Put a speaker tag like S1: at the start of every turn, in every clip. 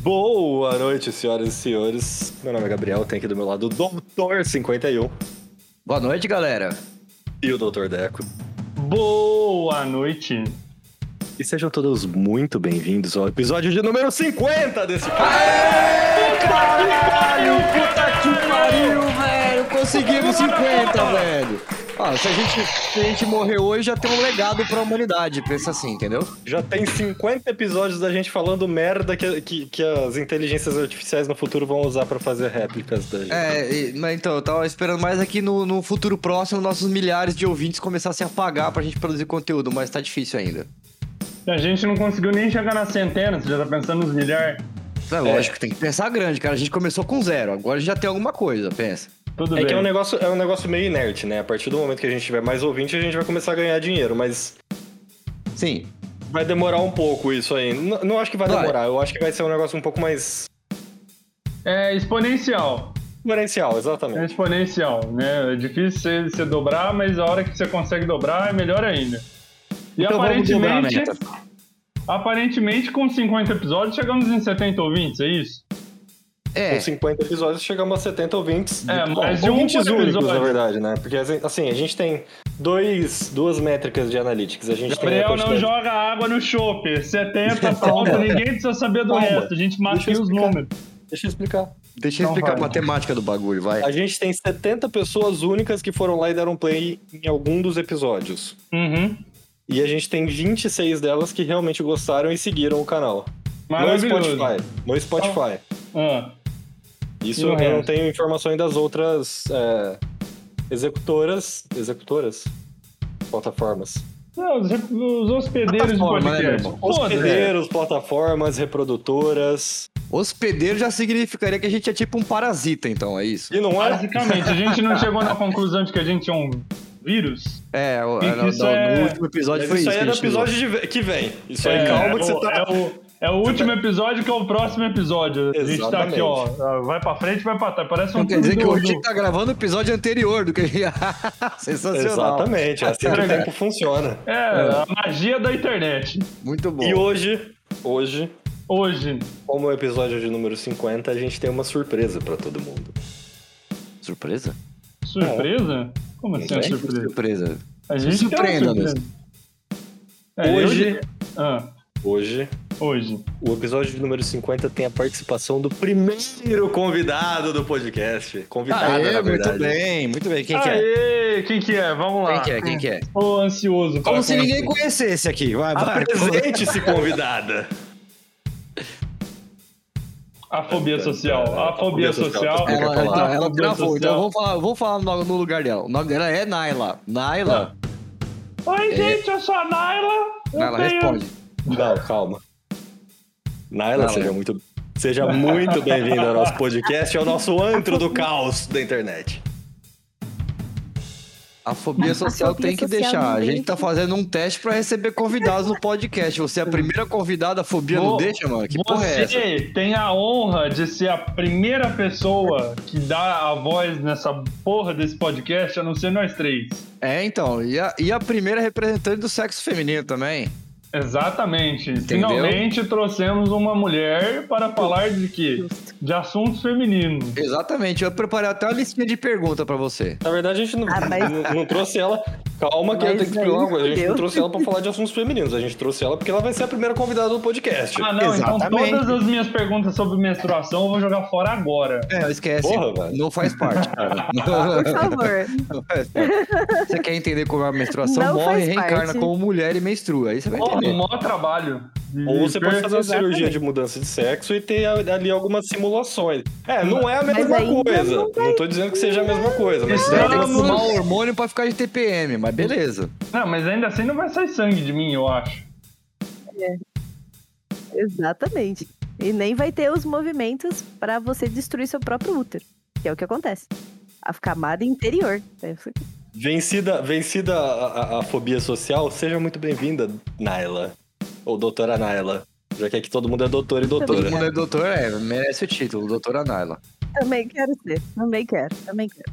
S1: Boa noite, senhoras e senhores. Meu nome é Gabriel, tem aqui do meu lado o Doutor 51
S2: Boa noite, galera.
S1: e o Doutor Deco.
S3: Boa noite.
S1: E sejam todos muito bem-vindos ao episódio de número 50 desse podcast.
S2: Caralho, puta que pariu, velho. Conseguimos 50, velho. Ah, se a, gente, se a gente morrer hoje, já tem um legado pra humanidade. Pensa assim, entendeu?
S1: Já tem 50 episódios da gente falando merda que, que, que as inteligências artificiais no futuro vão usar pra fazer réplicas da gente.
S2: É, e- mas então, eu tava esperando mais aqui no, no futuro próximo nossos milhares de ouvintes começassem a pagar pra gente produzir conteúdo, mas tá difícil ainda.
S3: A gente não conseguiu nem chegar na centena, você já tá pensando nos milhares.
S2: É lógico, tem que pensar grande, cara. A gente começou com zero, agora já tem alguma coisa, pensa.
S3: Tudo
S1: É
S3: bem.
S1: que é um, negócio, é um negócio meio inerte, né? A partir do momento que a gente tiver mais ouvinte, a gente vai começar a ganhar dinheiro, mas
S2: Sim.
S1: vai demorar um pouco isso aí. N- não acho que vai
S2: Vai.
S1: demorar, eu acho que vai ser um negócio um pouco mais
S3: É exponencial.
S1: diferencial,
S3: É
S1: exatamente.
S3: exponencial, né? É difícil você, você dobrar, mas a hora que você consegue dobrar é melhor ainda. E
S2: Então vamos dobrar a
S3: aparentemente, aparentemente com 50 episódios chegamos em 70 ouvintes, é isso?
S2: É,
S1: Com 50 episódios chegamos a 70 ouvintes.
S3: É,
S1: Bom,
S3: mais de um
S1: ouvintes
S3: por
S1: únicos,
S3: episódio.
S1: na verdade, né? Porque assim, a gente tem dois, duas métricas de analytics. A gente tem a
S3: Gabriel não
S1: quantidade-
S3: joga água no chope. 70 pronto, ninguém precisa saber do
S1: Calma.
S3: resto. A gente mata
S1: é Deixa eu
S3: os
S1: explicar.
S3: números.
S1: Deixa eu explicar.
S2: deixa eu
S3: Então
S2: explicar
S3: vai.
S2: a matemática do bagulho, vai.
S1: A gente tem 70 pessoas únicas que foram lá e deram play em algum dos episódios.
S3: Uhum.
S1: E a gente tem 26 delas que realmente gostaram e seguiram o canal. No
S3: Maravilhoso.
S1: Spotify. No Spotify.
S3: Ah,
S1: Isso
S3: E o
S1: eu não
S3: resto?
S1: tenho informações das outras é, executoras. Executoras? Plataformas.
S3: Não, os, os hospedeiros de
S2: Plataforma, né, meu
S3: podcast.
S2: irmão?
S3: Foda-se.
S1: Hospedeiros, plataformas, reprodutoras.
S2: Hospedeiro já significaria que a gente é tipo um parasita, então, é isso?
S1: E não é?
S3: Basicamente, a gente não chegou na conclusão de que a gente é um vírus.
S2: É, o, no,
S3: Isso
S2: no-
S3: é-
S2: no último
S1: Mas
S2: episódio foi
S1: isso
S2: isso.
S1: aí é
S2: que a
S1: no
S2: gente
S1: episódio de ve- que vem. Isso aí,
S3: É,
S1: calma que
S3: é
S1: você
S3: o-
S1: tá.
S3: É o, é o último episódio que é o próximo episódio. A gente tá
S1: Exatamente.
S3: aqui, ó. Vai pra frente, vai pra trás. Parece
S2: Então
S3: um
S2: quer dizer
S3: filme
S2: que
S3: do-
S2: hoje
S3: do-
S2: tá gravando o episódio anterior do que a gente... Sensacional.
S1: Exatamente, é assim que o tempo funciona.
S3: É, a magia da internet.
S2: Muito bom.
S1: E hoje, hoje,
S3: Hoje.
S1: como é o episódio de número 50, a gente tem uma surpresa pra todo mundo.
S2: Surpresa?
S3: Surpresa? Como assim é
S1: Não é
S3: surpresa?
S2: Surpresa.
S3: A gente tem uma
S2: surpreenda né?
S3: surpresa. É,
S1: Hoje,
S3: Ah,
S1: hoje,
S3: hoje.
S1: o episódio de número 50 tem a participação do primeiro convidado do podcast. Convidada,
S2: Aê,
S1: na verdade.
S2: muito bem, muito bem. Quem que é?
S3: Aê, quem que é? Vamos lá.
S2: Quem que é? Quem que é?
S3: Tô ansioso. pra
S2: Como se ninguém
S3: conhecer.
S2: conhecesse aqui. Vai, vai.
S1: Apresente-se, convidada.
S3: A fobia
S2: É,
S3: social. A fobia social.
S1: Quem quer
S2: Ela,
S1: falar?
S2: então, ela
S3: Fobia
S2: gravou, então
S3: social.
S2: vamos falar, vamos falar no, no lugar dela. O nome dela é Naila. Naila.
S3: Oi, gente, eu sou a Naila.
S2: é.
S3: Eu
S2: Naila,
S3: tenho-
S2: responde.
S1: Não, calma. Naila,
S2: Naila.
S1: seja muito, seja muito bem-vinda ao nosso podcast, ao nosso antro do caos da internet.
S2: A fobia social
S4: fobia
S2: tem que
S4: social
S2: deixar. A
S4: ninguém-
S2: gente tá fazendo um teste pra receber convidados no podcast. Você é a primeira convidada, a fobia não
S3: Vo-
S2: deixa, mano? Que
S3: Você
S2: porra é essa?
S3: tem a honra de ser a primeira pessoa que dá a voz nessa porra desse podcast, a não ser nós três.
S2: É, então. E a, e a primeira representante do sexo feminino também.
S3: Exatamente.
S2: Entendeu?
S3: Finalmente trouxemos uma mulher para falar de quê? De assuntos femininos.
S2: Exatamente. Eu preparei até uma listinha de perguntas pra você.
S1: Na verdade, a gente não,
S4: Ah, mas-
S1: não- não trouxe ela. Calma, que eu tenho
S4: Mas
S1: que
S4: aí,
S1: explicar uma coisa. A gente não
S4: fudeu.
S1: trouxe ela pra falar de assuntos femininos. A gente trouxe ela porque ela vai ser a primeira convidada do podcast.
S3: Ah, não,
S2: Exatamente.
S3: então todas as minhas perguntas sobre menstruação eu vou jogar fora agora.
S2: É, esquece.
S1: Porra, velho.
S2: não faz parte, cara.
S4: Por favor.
S2: Não faz parte. Você quer entender como é a menstruação?
S4: Não
S2: morre,
S4: faz
S2: reencarna
S4: parte.
S2: como mulher e menstrua. Aí você vai
S3: Porra,
S2: entender.
S3: o maior trabalho.
S1: Ou você pode fazer uma
S4: Exatamente.
S1: cirurgia de mudança de sexo e ter ali algumas simulações. É, não é a mesma
S4: ainda
S1: coisa.
S4: não
S1: Não, tô dizendo que seja a mesma coisa, mas é
S3: Isso
S2: Você vai ter que
S3: Vamos.
S2: fumar o hormônio pra ficar de TPM, mas beleza.
S3: Não, mas ainda assim não vai sair sangue de mim, eu acho.
S4: Exatamente. E nem vai ter os movimentos pra você destruir seu próprio útero, que é o que acontece. A camada interior. né?
S1: vencida, vencida a, a- a fobia social, seja muito bem-vinda, Naila. Ou doutora Naila. Já que aqui todo mundo é doutor e doutora.
S2: Todo mundo é doutor, é, merece o título, doutora Naila.
S4: Também quero ser. Também quero. Também quero.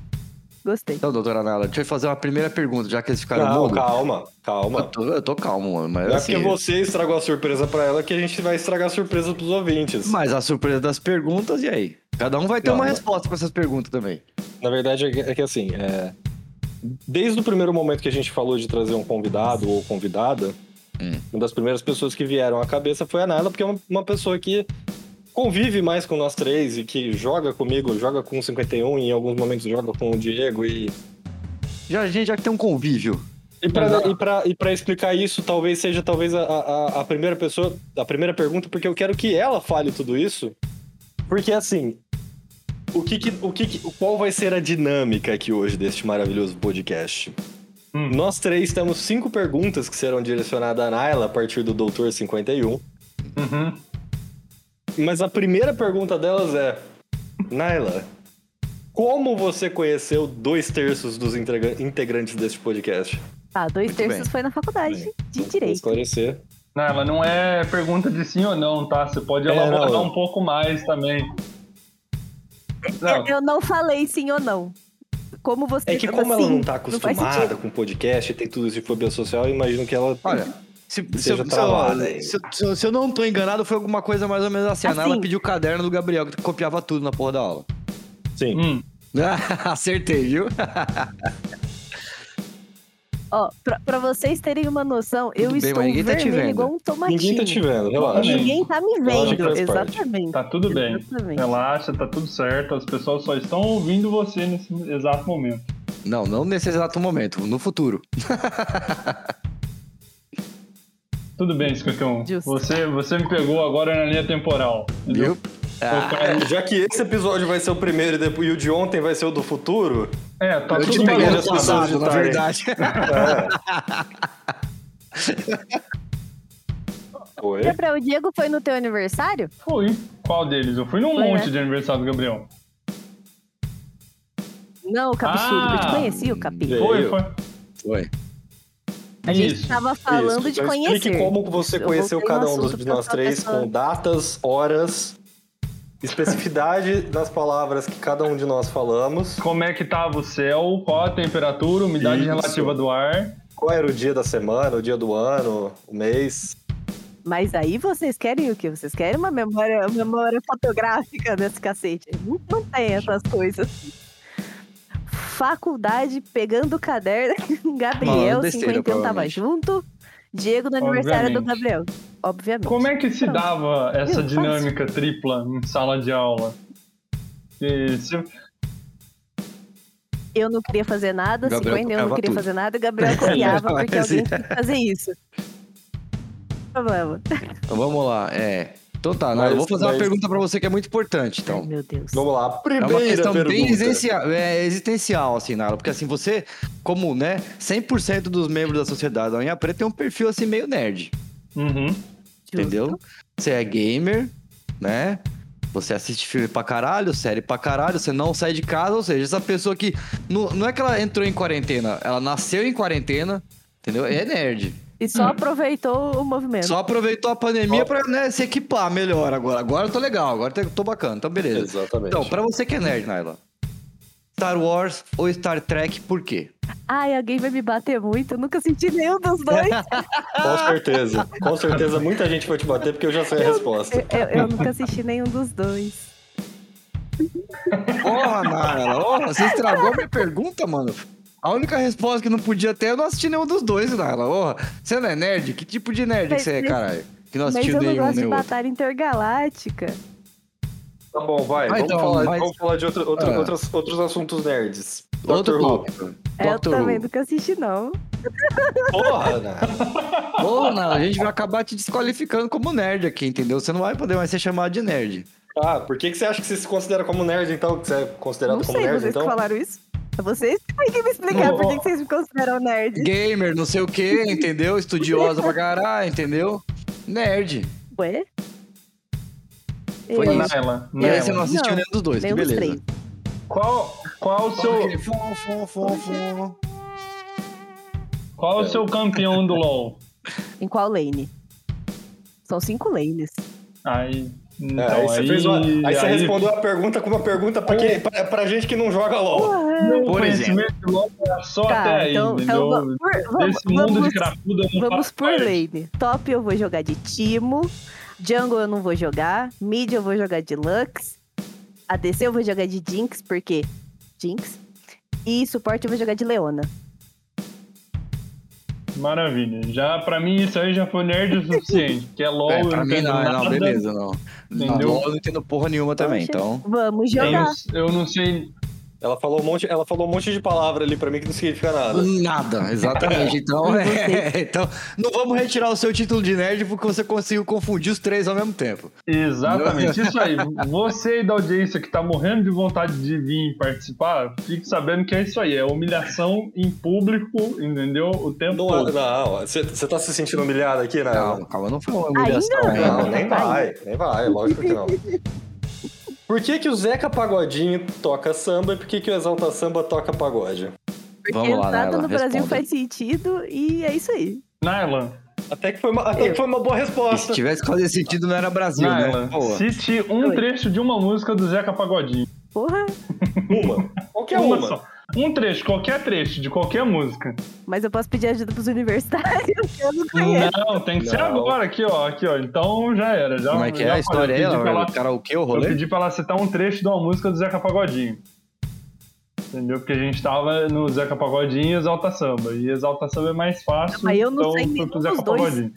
S4: Gostei.
S2: Então, doutora Nala, deixa eu fazer uma primeira pergunta, já que eles ficaram
S1: Não,
S2: mudos.
S1: calma,
S2: Eu
S1: calma.
S2: tô, eu tô calmo, mano, mas
S1: Não é
S2: assim...
S1: porque você estragou a surpresa pra ela que a gente vai estragar a surpresa pros ouvintes.
S2: Mas a surpresa das perguntas, e aí? Cada um vai ter
S1: Não,
S2: uma
S1: mas-
S2: resposta pra essas perguntas também.
S1: Na verdade, é que, é que assim, é, desde o primeiro momento que a gente falou de trazer um convidado ou convidada,
S2: Hum.
S1: uma das primeiras pessoas que vieram à cabeça foi a Nala, porque é uma, uma pessoa que convive mais com nós três e que joga comigo, joga com o 51 e em alguns momentos joga com o Diego. E,
S2: Já, a gente já tem um convívio.
S1: e pra-
S3: Exato.
S1: e pra e pra explicar isso, talvez seja talvez a, a, a primeira pessoa, a primeira pergunta, porque eu quero que ela fale tudo isso. Porque assim. O que que- o que que, qual vai ser a dinâmica aqui hoje deste maravilhoso podcast?
S3: Hum.
S1: Nós três temos cinco perguntas que serão direcionadas a Naila a partir do Doutor 51.
S3: Uhum.
S1: Mas a primeira pergunta delas é: Naila, como você conheceu dois terços dos integra- integrantes deste podcast?
S4: Tá, dois terços
S2: bem.
S4: foi na faculdade
S1: Bem.
S4: de
S1: Vou
S4: direito.
S1: esclarecer.
S3: Não, ela não é pergunta de sim ou não, tá? Você pode
S1: É,
S3: elaborar
S1: não.
S3: um pouco mais também. Não,
S4: Eu não falei sim ou não. Como você
S1: É que, como ela
S4: assim,
S1: não tá
S4: faz
S1: acostumada
S4: sentido.
S1: com podcast e tem tudo isso de fobia social, eu imagino que ela.
S2: Olha, se, se, eu-
S1: Seja
S2: se,
S1: travada
S2: eu,
S1: aí.
S2: se, eu- se eu- se eu não tô enganado, foi alguma coisa mais ou menos assim. A Nala
S4: Assim.
S2: pediu o caderno do Gabriel, que copiava tudo na porra da aula.
S4: um
S1: Sim.
S3: hum,
S2: Acertei, viu?
S4: Ó, pra, pra vocês terem uma noção, eu
S2: Tudo bem,
S4: estou
S2: mas ninguém tá te
S4: vermelho
S2: vendo.
S4: igual um tomatinho.
S1: Ninguém tá te vendo, relaxa.
S3: Ninguém-
S4: Ninguém tá me
S1: Relaxa que
S4: vendo,
S1: faz parte.
S4: exatamente.
S3: tá tudo bem.
S4: Exatamente.
S3: Relaxa, tá tudo certo. As pessoas só estão ouvindo você nesse exato momento.
S2: Não, não nesse exato momento, no futuro.
S3: Tudo bem, Escocão.
S4: Justo.
S3: Você, você me pegou agora na linha temporal.
S1: Tá
S3: entendeu?
S2: Viu? Ah,
S3: Eu-
S1: É, já que esse episódio vai ser o primeiro e, depois, e o de ontem vai ser o do futuro,
S3: É, tá
S2: eu te
S1: peguei
S3: tudo
S2: peguei
S1: bem,
S2: no
S1: as pessoas
S2: passado, na
S1: digitarem.
S2: verdade.
S1: é. Oi?
S4: Gabriel, o Diego foi no teu aniversário?
S3: Fui. Qual deles? Eu fui num
S4: Foi,
S3: monte
S4: né?
S3: de aniversário do Gabriel.
S4: Não, cabeçudo, eu te
S3: Ah,
S4: conheci, o capim.
S1: É,
S3: Foi,
S1: eu.
S3: foi.
S2: Foi.
S4: A gente tá-
S3: Isso.
S4: tava falando
S1: Isso,
S4: de
S1: então
S4: conhecer.
S1: Explique como você
S4: Eu
S1: conheceu
S4: voltei no
S1: cada um dos,
S4: assunto
S1: de
S4: pra
S1: nós
S4: sua
S1: três
S4: pessoa.
S1: com datas, horas, especificidade das palavras que cada um de nós falamos,
S3: Como é que tava o céu? Qual a temperatura? Umidade
S1: Isso.
S3: relativa do ar?
S1: qual era o dia da semana, o dia do ano, o mês.
S4: Mas aí vocês querem o quê? Vocês querem uma memória, uma memória fotográfica desse cacete? Não, não tem essas coisas. Faculdade, pegando o caderno. Gabriel,
S2: Falando besteira,
S4: 51, tava
S2: provavelmente.
S4: junto. Diego, no aniversário do
S3: Obviamente.
S4: Gabriel. Obviamente.
S3: Como é que se
S4: Pronto.
S3: dava essa
S4: Então, Eu faço.
S3: dinâmica tripla em sala de aula? E se-
S4: Eu não queria fazer nada,
S2: Gabriel
S4: 51 não
S2: tocava
S4: queria
S2: tudo.
S4: fazer nada, e Gabriel copiava
S2: Vai
S4: porque alguém
S2: assim.
S4: tinha que fazer isso. Problema.
S2: Então vamos lá, é. Então tá, Nala,
S1: Mas-
S2: eu vou fazer uma
S1: mas-
S2: pergunta pra você que é muito importante, então.
S4: Ai, meu Deus.
S1: Vamos lá, a
S2: É
S1: primeira
S2: uma questão
S1: pergunta.
S2: bem existencial, é, existencial, assim, Nara. Porque, assim, você, como, né, 100% dos membros da sociedade da Unha Preta tem um perfil, assim, meio nerd,
S3: Uhum.
S4: Justo.
S2: entendeu? Você é gamer, né? Você assiste filme pra caralho, série pra caralho, você não sai de casa, ou seja, essa pessoa que... Não, não é que ela entrou em quarentena, ela nasceu em quarentena, entendeu? É nerd.
S4: E só aproveitou o movimento.
S2: Hum. Só aproveitou a pandemia pra, né, se equipar melhor agora. Agora eu tô legal, agora eu tô bacana, então beleza.
S1: Exatamente.
S2: Então, pra você que é nerd, Naila, Star Wars ou Star Trek, por quê?
S4: Ai, alguém vai me bater muito. Eu nunca senti nenhum dos dois.
S1: Com certeza. Com certeza muita gente vai te bater porque eu já sei a resposta.
S4: eu, eu- eu nunca assisti nenhum dos dois.
S2: Porra, Naila, oh, você estragou minha pergunta, mano. A única resposta que não podia ter, eu não assisti nenhum dos dois, Naila. Oh, você não é nerd? Que tipo de nerd que
S4: Mas-
S2: você é,
S4: mas-
S2: caralho? Que não
S4: Mas
S2: assistiu
S4: eu não
S2: nenhum,
S4: gosto
S2: nem
S4: de
S2: o outro.
S4: batalha intergaláctica.
S1: Tá bom, vai.
S2: Ah,
S1: vamos,
S2: então,
S1: falar,
S2: mas-
S1: vamos falar de outro- outro-
S2: Ah.
S1: outras- outros assuntos nerds.
S2: Outro
S1: Dr. Who.
S2: tópico.
S4: É, Eu
S2: Doctor
S4: também
S2: Who.
S4: nunca assisti, não.
S1: Porra, né?
S2: Porra, Naila, a gente vai acabar te desqualificando como nerd aqui, entendeu? Você não vai poder mais ser chamado de nerd.
S1: Ah, por que, que você acha que você se considera como nerd, então? Que você é considerado
S4: Não
S1: como
S4: sei
S1: nerd,
S4: vocês
S1: então?
S4: que falaram isso. É vocês que têm que me explicar
S3: Não,
S4: por
S3: ó.
S4: que que vocês me consideram nerd.
S2: Gamer, não sei o quê, entendeu? Estudiosa pra caralho, entendeu? Nerd.
S4: Ué?
S2: Foi
S4: Eu-
S2: isso.
S3: Naila,
S2: E aí você
S3: Naila,
S2: não assistiu
S4: Não,
S2: nenhum dos dois, que
S4: nenhum dos
S2: beleza.
S4: três.
S3: qual, qual o seu,
S2: Fum, fum, fum, fum.
S3: qual o seu campeão do LoL?
S4: Em qual lane? São cinco lanes.
S2: É,
S3: Aí, Então,
S1: É, aí, você fez uma- aí você
S3: aí-
S1: respondeu a pergunta com uma pergunta pra, quem, pra, pra gente que não joga LOL.
S4: Porra.
S3: Meu
S2: Por
S3: conhecimento de LOL é só
S4: Tá,
S3: até aí,
S4: então, então
S3: entendeu?
S4: va- por- vamos,
S3: Desse mundo
S4: vamos-
S3: de cracuda, eu não
S4: vamos
S3: faço
S4: por
S3: parte.
S4: lane. Top eu vou jogar de Timo. Jungle eu não vou jogar. Mid eu vou jogar de Lux. ADC eu vou jogar de Jinx, porque Jinx. E suporte eu vou jogar de Leona.
S3: Maravilha. Já, pra mim, isso aí já foi nerd o suficiente. Que é LOL,
S2: É,
S3: eu
S2: pra mim
S3: entendo
S2: não, é, não,
S3: nada.
S2: beleza, não.
S3: Entendeu?
S2: LOL eu não entendo porra nenhuma também,
S4: Poxa.
S2: então.
S4: Vamos
S3: Eu
S4: jogar.
S3: não- eu não sei.
S1: Ela falou, um monte, ela falou um monte de palavra ali pra mim que não significa nada.
S2: Nada, exatamente. Então, é, então, não vamos retirar o seu título de nerd porque você conseguiu confundir os três ao mesmo tempo.
S3: Exatamente. Isso aí. Você e da audiência que tá morrendo de vontade de vir participar, fique sabendo que é isso aí. É humilhação em público, entendeu? O tempo
S1: Não,
S2: é.
S3: todo.
S1: não, você você tá se sentindo humilhado aqui, né?
S2: Calma, calma, não foi uma
S4: Ainda
S2: humilhação.
S4: não.
S2: né?
S1: Não, tá nem vai, nem vai, lógico que não. Por que, que o Zeca Pagodinho toca samba e por que, que o Exalta Samba toca pagode?
S4: Porque
S2: Vamos lá,
S4: nada
S2: Nayla,
S4: no Brasil
S2: responda.
S4: faz sentido e é isso aí.
S3: Nylon,
S1: Até que foi uma, até que foi uma boa
S2: E se
S1: resposta.
S2: tivesse que fazer sentido, não era Brasil, né?
S3: Nylon,
S2: Pô,
S3: cite um
S4: Oi.
S3: trecho de uma música do Zeca Pagodinho.
S4: Porra.
S2: é
S1: Uma. Qualquer é uma.
S3: só. Um trecho, qualquer trecho, de qualquer música.
S4: Mas eu posso pedir ajuda pros universitários que eu não conheço.
S3: Não, tem que ser
S1: Não.
S3: agora, aqui, ó. Aqui, ó. Então já era. Já,
S2: como é que é
S3: já
S2: a história
S3: falei,
S2: aí?
S3: eu pedi pra
S2: Ela,
S3: ela-
S2: o karaokê, o
S3: Eu
S2: rolê?
S3: pedi pra ela citar um trecho de uma música do Zeca Pagodinho. Entendeu? Porque a gente tava no Zeca Pagodinho e Exalta Samba. E Exalta Samba é mais fácil.
S4: Não, mas eu não
S3: então
S4: sei
S3: foi
S4: nenhum
S3: pro Zeca
S4: dos dois.
S3: Pagodinho.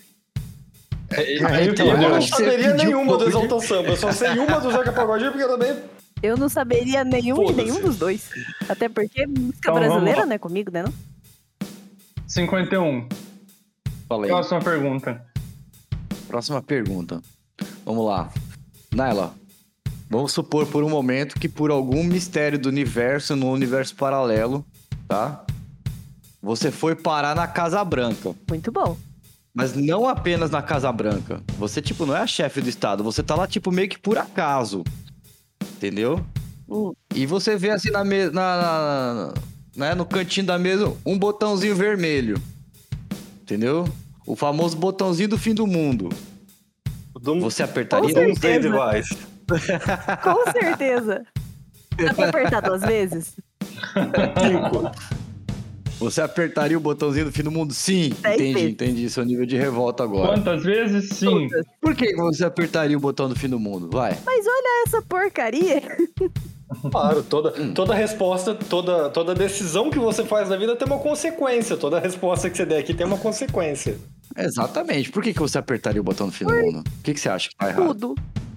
S2: Ah, então,
S1: eu
S2: agora
S1: não
S2: você
S1: saberia
S2: pediu um
S1: nenhuma do
S2: pouco de-
S1: Exalta Samba, eu só sei uma do Zeca Pagodinho porque eu também...
S4: Eu não saberia nenhum,
S1: Foda-se.
S4: nenhum dos dois. Até porque música
S3: Então, vamos
S4: brasileira
S3: lá.
S4: não é comigo, né? Não?
S3: 51.
S2: Falei.
S3: Próxima é pergunta.
S2: Próxima pergunta. Vamos lá. Naila, vamos supor por um momento que por algum mistério do universo, num universo paralelo, tá? Você foi parar na Casa Branca.
S4: Muito bom.
S2: Mas não apenas na Casa Branca. Você, tipo, não é a chefe do Estado. Você tá lá, tipo, meio que por acaso. Entendeu?
S4: Hum.
S2: E você vê assim na mesa. Na, na- né, no cantinho da mesa um botãozinho vermelho. Entendeu? O famoso botãozinho do fim do mundo.
S1: Doom,
S2: Você
S1: Doom
S2: apertaria?
S4: Com
S1: Day
S4: certeza.
S1: Device.
S4: Com certeza. Dá pra apertar duas vezes?
S1: Cinco.
S2: Você apertaria o botãozinho do fim do mundo? Sim.
S4: Dez
S2: Entendi,
S4: vezes.
S2: entendi. Seu nível de revolta agora.
S3: Quantas vezes? Sim.
S4: Todas.
S2: Por que você apertaria o botão do fim do mundo? Vai.
S4: Mas olha essa porcaria.
S1: Claro,
S2: Hum.
S1: toda, toda resposta, toda, toda decisão que você faz na vida tem uma consequência. Toda resposta que você der aqui tem uma consequência.
S2: Exatamente. Por que, que você apertaria o botão do fim do mundo? O que, que você acha que tá errado?
S4: Tudo.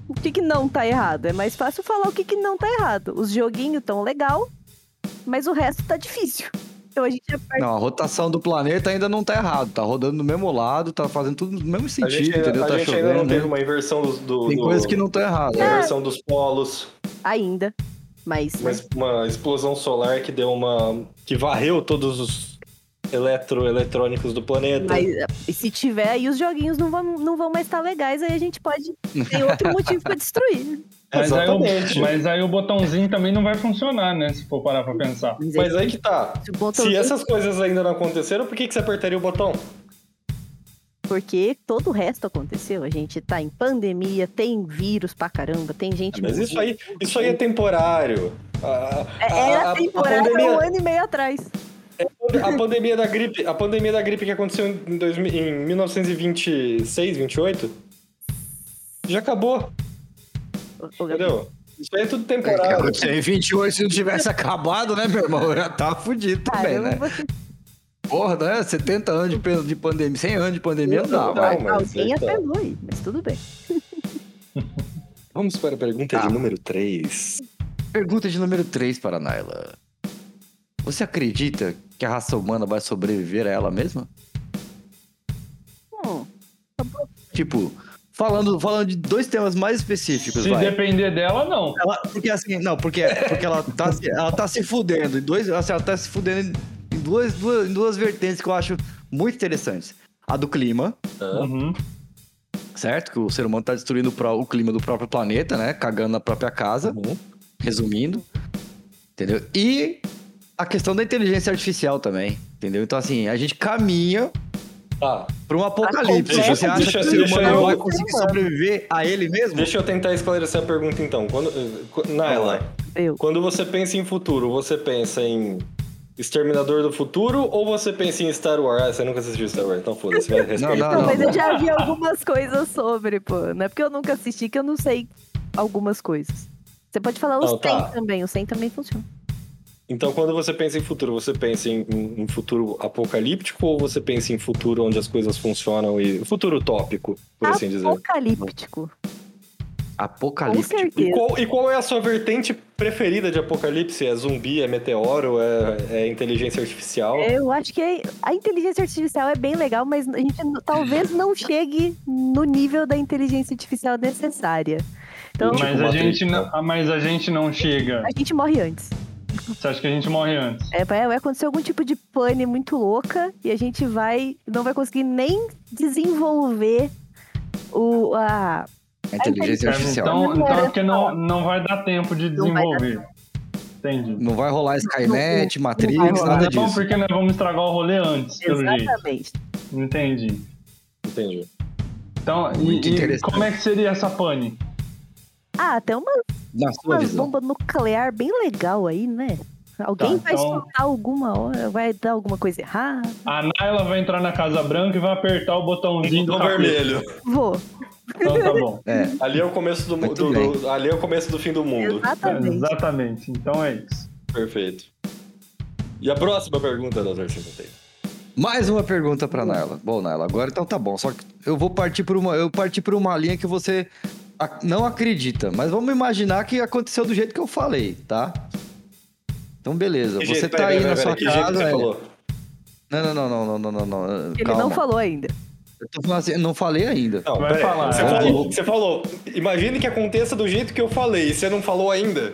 S4: O que, que não tá errado? É mais fácil falar o que, que não tá errado. Os joguinhos tão legal, mas o resto tá difícil. Então a gente aperta.
S2: Não, a rotação do planeta ainda não tá errado. Tá rodando do mesmo lado, tá fazendo tudo no mesmo
S1: A
S2: sentido,
S1: gente, ainda-
S2: entendeu?
S1: a
S2: tá
S1: gente ainda não
S2: chovendo.
S1: teve
S2: né?
S1: uma inversão do... do-
S2: Tem
S1: do-
S2: coisas que não tá estão erradas.
S4: É.
S1: uma inversão dos polos.
S4: Ainda. Mas,
S1: uma, uma explosão solar que deu uma. que varreu todos os eletroeletrônicos do planeta.
S4: mas e se tiver aí, os joguinhos não vão, não vão mais estar legais, aí a gente pode ter outro motivo pra destruir.
S3: Mas aí, o,
S1: Exatamente. mas,
S3: mas aí o botãozinho também não vai funcionar, né? Se for parar pra pensar.
S4: Mas,
S1: aí que tá.
S4: esse botão-
S1: Se essas coisas ainda não aconteceram, por que, que você apertaria o botão?
S4: Porque todo o resto aconteceu. A gente tá em pandemia, tem vírus pra caramba, tem gente.
S1: Ah, Mas isso
S4: morrendo.
S1: aí, isso aí é temporário. A,
S4: É-
S1: a- a-
S4: Era
S1: a
S4: temporário um
S1: pandemia-
S4: ano e meio atrás.
S1: a pandemia da gripe, a pandemia da gripe que aconteceu em, 2000 em 1926, 28, já acabou,
S4: Ô, ô, Gabi,
S1: entendeu? Isso aí é tudo
S2: É, cara,
S1: temporário.
S2: se em 28, se não tivesse acabado, né, meu irmão? Eu já tava fudido
S4: Cara,
S2: também,
S4: eu
S2: né?
S4: vou te-
S2: Porra, né? 70 anos de, pe- de pandemia, 100 anos de pandemia, não dá,
S1: Não,
S2: vai.
S1: mas
S4: Alguém
S1: então-
S4: apelou aí, mas tudo bem.
S1: Vamos para a pergunta
S2: Tá.
S1: de número 3.
S2: Pergunta de número 3 para a Naila. Você acredita que a raça humana vai sobreviver a ela mesma?
S4: Hum,
S2: Tipo, falando, falando de dois temas mais específicos,
S3: Se
S2: vai.
S3: depender dela, não.
S2: Ela- porque assim, não, porque, porque ela, tá, se- ela tá se fudendo. Em dois, assim, ela tá se fudendo em duas, duas, em duas vertentes que eu acho muito interessantes. A do clima,
S3: Uhum.
S2: certo? Que o ser humano tá destruindo o, pró- o clima do próprio planeta, né? Cagando na própria casa. resumindo, entendeu? E a questão da inteligência artificial também, entendeu? Então, assim, a gente caminha
S1: Tá,
S2: Pra um apocalipse.
S4: Acontece.
S2: Você acha
S1: Deixa-
S2: que o ser
S1: deixa
S2: humano
S1: eu-
S2: vai conseguir
S4: Humano.
S2: sobreviver a ele mesmo?
S1: deixa eu tentar esclarecer a pergunta então. Quando, eh, qu- Naila,
S4: Eu.
S1: quando você pensa em futuro, você pensa em Exterminador do Futuro ou você pensa em Star Wars? Ah, você nunca assistiu Star Wars, então foda-se, vai respeitar.
S2: não, Ah,
S4: Não,
S2: não,
S4: mas
S2: não.
S4: eu já vi algumas coisas sobre, pô. Não é porque eu nunca assisti que eu não sei algumas coisas. Você pode falar os
S1: Não, tá.
S4: 100 também, os 100 também funciona.
S1: Então, quando você pensa em futuro, você pensa em em um futuro apocalíptico ou você pensa em futuro onde as coisas funcionam e futuro utópico, por assim dizer?
S4: Apocalíptico, com
S2: Apocalipse.
S1: E
S4: certeza.
S1: qual, e qual é a sua vertente preferida de apocalipse? É zumbi, é meteoro, é, é inteligência artificial?
S4: Eu acho que a inteligência artificial é bem legal, mas a gente n- talvez não chegue no nível da inteligência artificial necessária. Então,
S1: Tipo
S3: Mas a,
S1: Matrix,
S3: gente
S1: né?
S3: não, ah, mas a gente não chega.
S4: a gente morre antes.
S3: Você acha que a gente morre antes?
S4: É, vai vai acontecer algum tipo de pane muito louca e a gente vai não vai conseguir nem desenvolver o a
S2: A inteligência
S3: É,
S2: artificial.
S3: Então,
S4: Não
S3: então é
S4: era
S3: porque não, não vai dar tempo de
S4: Não vai dar
S3: desenvolver. Entendi.
S2: Não vai rolar Skynet, Matrix,
S4: vai rolar.
S2: nada
S3: Então
S2: disso.
S3: por que nós vamos estragar o rolê antes, pelo jeito?
S4: exatamente.
S3: Entendi.
S1: Entendi.
S3: Então, e-
S2: Muito
S3: e,
S2: interessante.
S3: como é que seria essa pane?
S4: Ah, tem uma,
S2: Na sua
S4: uma
S2: visão.
S4: bomba nuclear bem legal aí, né? Alguém
S3: Tá,
S4: vai
S3: então-
S4: soltar alguma hora, vai dar alguma coisa errada.
S3: A Naila vai entrar na Casa Branca e vai apertar o botãozinho do
S1: Botão
S3: capeta.
S1: vermelho.
S4: Vou,
S3: Então tá bom.
S2: É.
S1: Ali é o começo do, mu-
S2: Muito
S1: do-
S2: bem.
S1: do- ali é o começo do fim do mundo.
S4: exatamente.
S3: Exatamente. Então é isso.
S1: Perfeito. E a próxima pergunta, Dr. Chimotei?
S2: Mais uma pergunta pra Naila. Bom, Naila, agora então tá bom. Só que eu vou partir por uma, eu parti por uma linha que você ac- não acredita, mas vamos imaginar que aconteceu do jeito que eu falei, tá? Então beleza.
S1: Que
S2: você
S1: jeito-
S2: tá
S1: peraí,
S2: aí
S1: peraí,
S2: na
S1: peraí,
S2: sua
S1: que jeito
S2: casa.
S1: que você
S2: é.
S1: falou?
S2: Não, não, não, não, não, não, não, não.
S4: Ele
S2: calma.
S4: não falou ainda.
S2: Eu tô falando assim, não falei ainda.
S1: Não,
S3: Vai
S1: peraí.
S3: falar,
S1: Você,
S2: vai.
S1: falou, você falou, imagine que aconteça do jeito que eu falei, e você não falou ainda.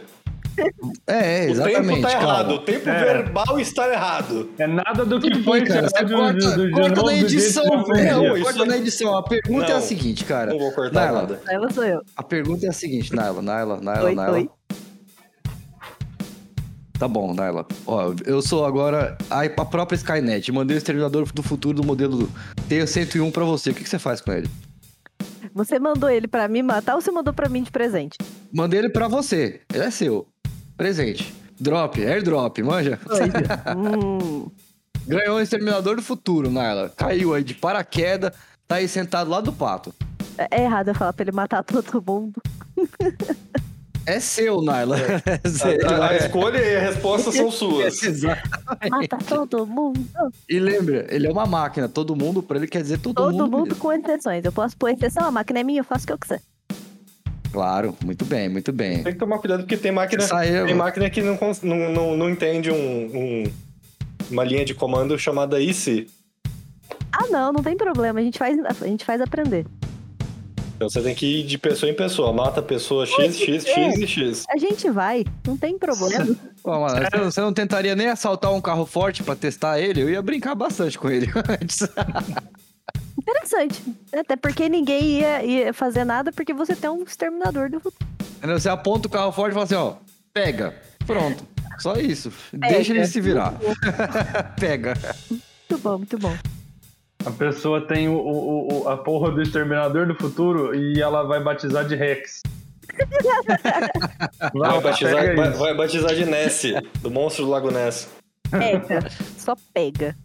S2: É, é,
S1: o tempo
S2: exatamente.
S1: tá
S2: calma.
S1: errado, o tempo
S3: É.
S1: verbal está errado.
S3: É nada do que
S2: Tudo
S3: foi
S2: bem, cara.
S3: será
S2: Você
S3: de-
S2: corta,
S3: de- de-
S2: corta
S3: de-
S2: na
S3: do jeito
S2: edição.
S3: que foi.
S1: né?
S2: Não,
S1: Isso
S2: corta na edição. A pergunta é a
S1: Não.
S2: seguinte, cara.
S1: Não vou cortar
S2: Naila,
S1: nada.
S4: Ela sou eu.
S2: A pergunta é a seguinte, Naila, Naila, Naila,
S4: Oi,
S2: Naila.
S4: oi.
S2: Tá bom, Naila. Ó, eu sou agora a, a própria Skynet. Mandei o Exterminador do Futuro do modelo T101 pra você. O que, que você faz com ele?
S4: Você mandou ele pra me matar ou você mandou pra mim de presente?
S2: Mandei ele pra você. Ele é seu. Presente. Drop, airdrop, manja.
S4: hum,
S2: Ganhou o Exterminador do Futuro, Naila. Caiu aí de paraquedas, tá aí sentado lá do pato.
S4: é errado eu falar pra ele matar todo mundo.
S2: É seu, Naila. É. seu.
S1: A, a- a escolha e a resposta são suas.
S2: Exato.
S4: Mata todo mundo.
S2: é E lembra, ele é uma máquina. Todo mundo, pra ele quer dizer todo,
S4: Todo mundo,
S2: mundo
S4: com exceções. Eu posso pôr exceção, a máquina é minha, eu faço o que eu quiser.
S2: Claro, muito bem, muito bem.
S1: Tem que tomar cuidado porque tem máquina,
S2: Saiu.
S1: né? tem máquina que não, cons- não, não, não entende um- um- uma linha de comando chamada IC.
S4: Ah, não, não tem problema. A gente faz, a gente faz aprender.
S1: Então você tem que ir de pessoa em pessoa. Mata a pessoa X, X, X e X.
S4: A gente vai, não tem problema.
S2: Pô, mano, você, não- você não tentaria nem assaltar um carro forte pra testar ele? Eu ia brincar bastante com ele antes.
S4: Interessante. Até porque ninguém ia, ia fazer nada porque você tem um exterminador do futuro.
S2: Entendeu? Você aponta o carro forte e fala assim, ó, pega. Pronto. Só isso. Deixa ele se virar. pega.
S4: Muito bom, muito bom.
S3: A pessoa tem o, o- o- a porra do Exterminador do Futuro e ela vai batizar de Rex.
S1: Vai
S3: pega
S1: batizar, vai,
S3: isso.
S1: vai batizar de Ness, do monstro do Lago Ness.
S4: Pega. Só pega.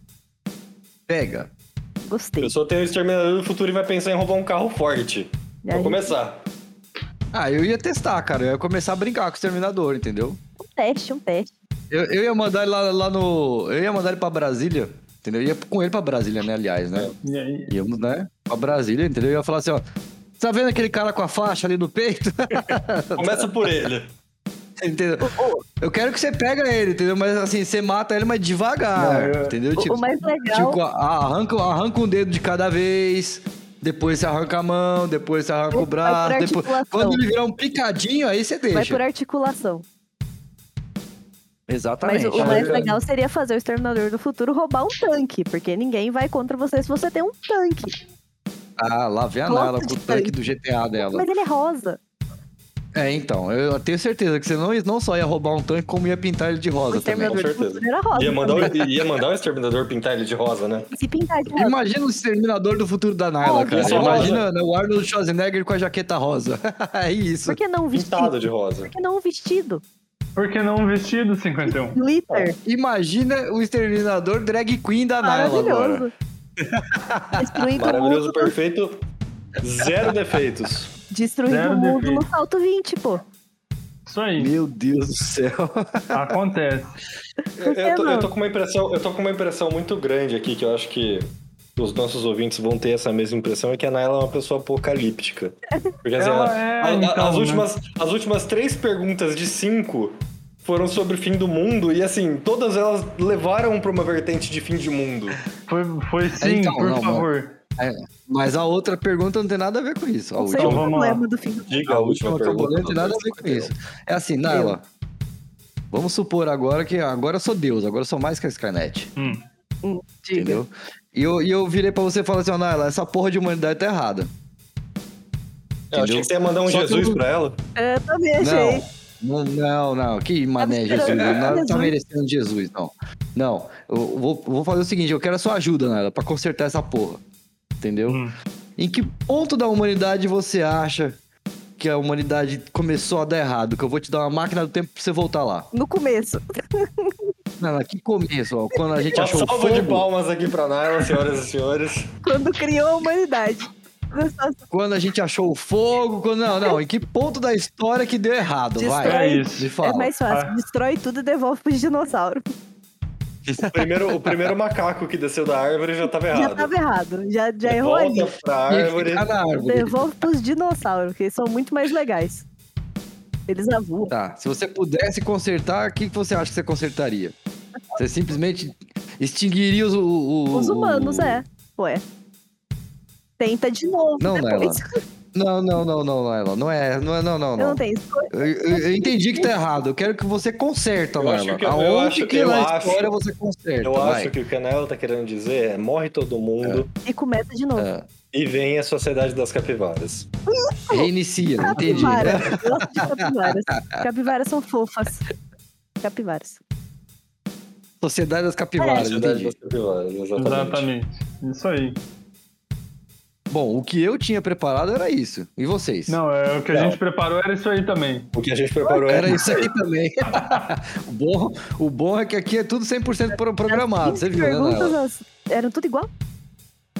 S2: Pega.
S1: A
S4: Gostei.
S1: pessoa tem o exterminador do futuro e vai pensar em roubar um carro forte. Pra
S4: Aí,
S1: começar.
S2: Ah, eu ia testar, cara. Eu ia começar a brincar com o exterminador, entendeu?
S4: um teste, um teste.
S2: Eu, eu ia mandar ele lá, lá no. Eu ia mandar ele pra Brasília. Entendeu? Eu ia com ele pra Brasília, né? Aliás, né?
S3: E aí,
S2: Íamos, né? Pra Brasília, entendeu? Eu ia falar assim, ó. Tá vendo aquele cara com a faixa ali no peito?
S1: Começa por ele.
S2: entendeu?
S4: O, o-
S2: Eu quero que você pega ele, entendeu? Mas assim, você mata ele, mas devagar,
S3: Não, eu-
S2: entendeu?
S4: o-
S2: Tipo,
S4: o mais legal.
S2: tipo, a- arranca, arranca um dedo de cada vez, depois você arranca a mão, depois você arranca o
S4: Vai por
S2: braço, depois...
S4: articulação.
S2: Quando ele virar um picadinho, aí você
S4: Vai
S2: deixa.
S4: por articulação. Mas é,
S2: Exatamente.
S4: o- o mais
S3: Olha.
S4: legal seria fazer o Exterminador do Futuro roubar um tanque, porque ninguém vai contra você se você tem um tanque.
S2: Ah, lá vem a
S4: Nossa,
S2: Nala com o
S4: diferente.
S2: tanque do GTA dela.
S4: Mas ele é rosa.
S2: É, então, eu tenho certeza que você não, não só ia roubar um tanque, como ia pintar ele de
S4: O
S2: rosa também.
S4: exterminador
S1: Com
S4: do
S1: certeza.
S4: futuro era rosa.
S1: Ia mandar,
S4: também.
S1: o, ia mandar o exterminador pintar ele de rosa, né?
S4: Se pintar de rosa.
S2: Imagina o exterminador do futuro da Naila,
S4: Óbvio.
S2: cara.
S1: Essa
S2: Imagina né, o Arnold Schwarzenegger com a jaqueta rosa. é isso.
S4: Por que não um
S1: Pintado
S4: vestido?
S1: de rosa.
S4: Por que não um vestido?
S3: Por que não um vestido 51?
S4: Glitter.
S2: Imagina o exterminador drag queen da Naila Tá agora.
S4: Maravilhoso. Destruindo o
S1: Maravilhoso,
S4: mundo, no-
S1: perfeito. Zero defeitos.
S4: destruindo
S3: Zero
S4: o mundo
S3: defeito.
S4: no salto 20, pô.
S3: Isso aí,
S2: Meu Deus do céu.
S3: acontece.
S1: Eu,
S4: que
S1: eu tô,
S4: não?
S1: eu tô com uma impressão, eu tô com uma impressão muito grande aqui, que eu acho que os nossos ouvintes vão ter essa mesma impressão, é que a Naila é uma pessoa apocalíptica. Porque assim, ela-
S3: Ela é,
S1: a- a-
S3: então,
S1: as,
S3: né?
S1: últimas, as últimas três perguntas de cinco foram sobre o fim do mundo, e assim, todas elas levaram pra uma vertente de fim de mundo.
S3: Foi, foi sim,
S2: então,
S3: por
S2: não,
S3: favor.
S2: Mas a outra pergunta não tem nada a ver com isso. A
S4: Não sei
S2: última.
S3: Então,
S4: é o
S3: vamos lá.
S4: problema do fim do
S1: Diga
S2: A
S1: a
S2: última
S1: última
S2: que eu vou
S1: pergunta.
S2: ler não tem nada a ver com isso. É assim, Naila. Vamos supor agora que agora eu sou Deus, agora eu sou mais que a Skynet.
S3: Hum.
S4: Diga.
S2: Entendeu? E eu, e eu virei pra você e falei assim, ó, Naila, essa porra de humanidade tá errada.
S1: Eu achei que você ia mandar um
S2: Só que
S1: Jesus
S2: eu-
S1: pra ela.
S4: É, Eu também achei.
S2: Não, não, não. Que mané,
S4: esperando
S2: Jesus. Não
S4: Jesus.
S2: tá merecendo Jesus, não. Não, eu vou, vou fazer o seguinte, eu quero a sua ajuda, Naila, pra consertar essa porra. Entendeu?
S3: Hum.
S2: Em que ponto da humanidade você acha que a humanidade começou a dar errado? Que eu vou te dar uma máquina do tempo pra você voltar lá.
S4: No começo.
S2: Não, que começo, ó, quando a gente
S1: Uma
S2: achou o
S1: salva
S2: fogo,
S1: de palmas aqui pra Naila, senhoras e senhores.
S4: Quando criou a humanidade. Gostoso.
S2: quando a gente achou o fogo, quando não, não, em que ponto da história que deu errado,
S3: É
S2: vai.
S4: Destrói.
S3: isso.
S2: Me
S4: É
S2: fala.
S4: mais fácil.
S3: Ah.
S4: Destrói tudo e devolve pros dinossauros.
S1: O primeiro, o primeiro macaco que desceu da árvore já tava errado.
S4: Já tava errado. Já, já errou ali.
S1: É Volta pra
S2: Tinha que
S1: árvore.
S2: ficar na árvore.
S4: Devolve pros dinossauros, que eles são muito mais legais. Eles avultam.
S2: Tá, se você pudesse consertar, o que que você acha que você consertaria? Você simplesmente extinguiria os... o- o-
S4: Os
S2: o-
S4: humanos, é. Ué. Tenta de novo
S2: Não,
S4: depois.
S2: Não, não, não, não, Laila, não é, não é, não, não,
S4: Eu não
S2: não.
S4: tenho escolha.
S2: Eu, eu- eu entendi que tá errado, eu quero que você conserta,
S1: Eu acho
S2: Laila.
S1: que eu- eu
S2: Aonde
S1: acho-
S2: que
S1: eu
S2: na
S1: acho-
S2: história você conserta,
S1: Eu
S2: vai.
S1: acho que o que a Naila tá querendo dizer é morre todo mundo
S4: E começa de novo.
S2: É.
S1: e vem a sociedade das capivaras.
S2: Reinicia, Ah, entendi. É
S4: Capivara. Eu gosto de capivaras. Capivaras são fofas. Capivaras.
S2: Sociedade das Capivaras,
S1: sociedade
S2: entendi.
S1: das capivaras, exatamente.
S3: Exatamente. Isso aí.
S2: Bom, o que eu tinha preparado era isso. E vocês?
S3: Não, é, o que a
S1: Não.
S3: gente preparou era isso aí também.
S1: O que a gente preparou é
S2: Era
S1: era
S2: isso aqui também. o, bom, o bom é que aqui é tudo 100% pro- programado. Você
S4: 20
S2: viu, né,
S4: perguntas
S2: Nayla?
S4: as- eram tudo igual?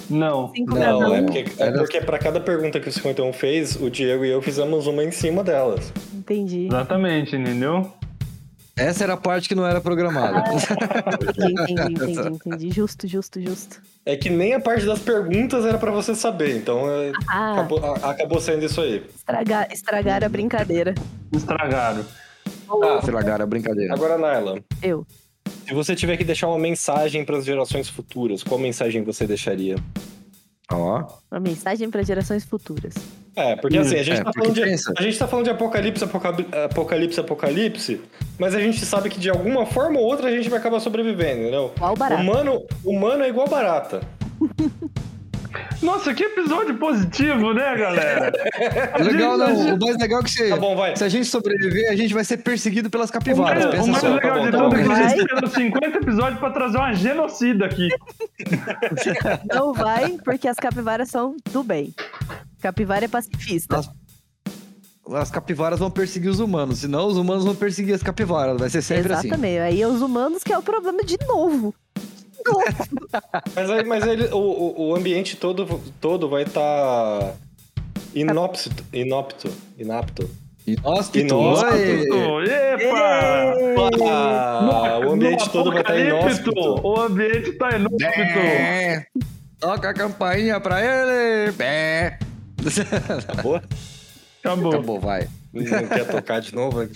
S3: Não.
S4: Cinco
S2: Não,
S1: Não,
S4: cada um.
S1: é porque, é
S2: Era-
S1: porque pra cada pergunta que o 51 fez, o Diego e eu fizemos uma em cima delas.
S4: Entendi.
S3: Exatamente, entendeu?
S2: Essa era a parte que não era programada.
S4: Ah. Entendi, entendi, entendi, entendi. Justo, justo, justo.
S1: É que nem a parte das perguntas era pra você saber, então é,
S4: Ah,
S1: acabou, a- acabou saindo isso aí.
S4: estragar, estragar a brincadeira.
S3: Estragaram.
S1: Ah,
S2: Estragaram a brincadeira.
S1: agora, Naila.
S4: Eu.
S1: Se você tiver que deixar uma mensagem pras gerações futuras, qual mensagem você deixaria?
S2: Ó.
S4: Uma mensagem para gerações futuras.
S1: É, porque assim, a gente,
S2: É,
S1: tá,
S2: porque
S1: falando de,
S2: pensa.
S1: a gente tá falando de apocalipse, apoca- apocalipse, apocalipse, mas a gente sabe que de alguma forma ou outra a gente vai acabar sobrevivendo, entendeu?
S4: Qual o barato?
S1: Humano, humano é igual barata.
S3: Nossa, que episódio positivo, né, galera?
S2: Legal, não.
S3: Gente,
S2: O mais legal é que se,
S1: Tá bom, vai.
S2: se a gente sobreviver, a gente vai ser perseguido pelas
S3: O mais,
S2: capivaras.
S1: Não,
S2: Pensa
S3: tá o mais
S2: só.
S3: legal
S1: tá bom,
S3: de
S1: tá
S3: tudo é que
S4: bom.
S3: a gente esperou 50 episódios pra trazer uma genocida aqui.
S4: Não vai, porque as capivaras são do bem. Capivara é pacifista.
S2: Nossa, As capivaras vão perseguir os humanos, senão os humanos vão perseguir as capivaras. Vai ser sempre assim.
S4: Exatamente. Aí é os humanos que é o problema de novo. De novo.
S1: Mas, aí- mas ele- o, o- o ambiente todo, todo vai estar tá inópsito, inópito, inapto.
S2: Inóspito.
S1: Inóspito.
S2: oi.
S3: Epa!
S1: Ah, o ambiente
S3: No
S1: todo vai estar tá
S3: apocalipto,
S1: inóspito.
S3: O ambiente tá inóspito.
S2: Bé. Toca a campainha pra ele. Bé.
S1: Acabou?
S3: Acabou.
S2: Acabou, vai.
S1: Não quer tocar de novo?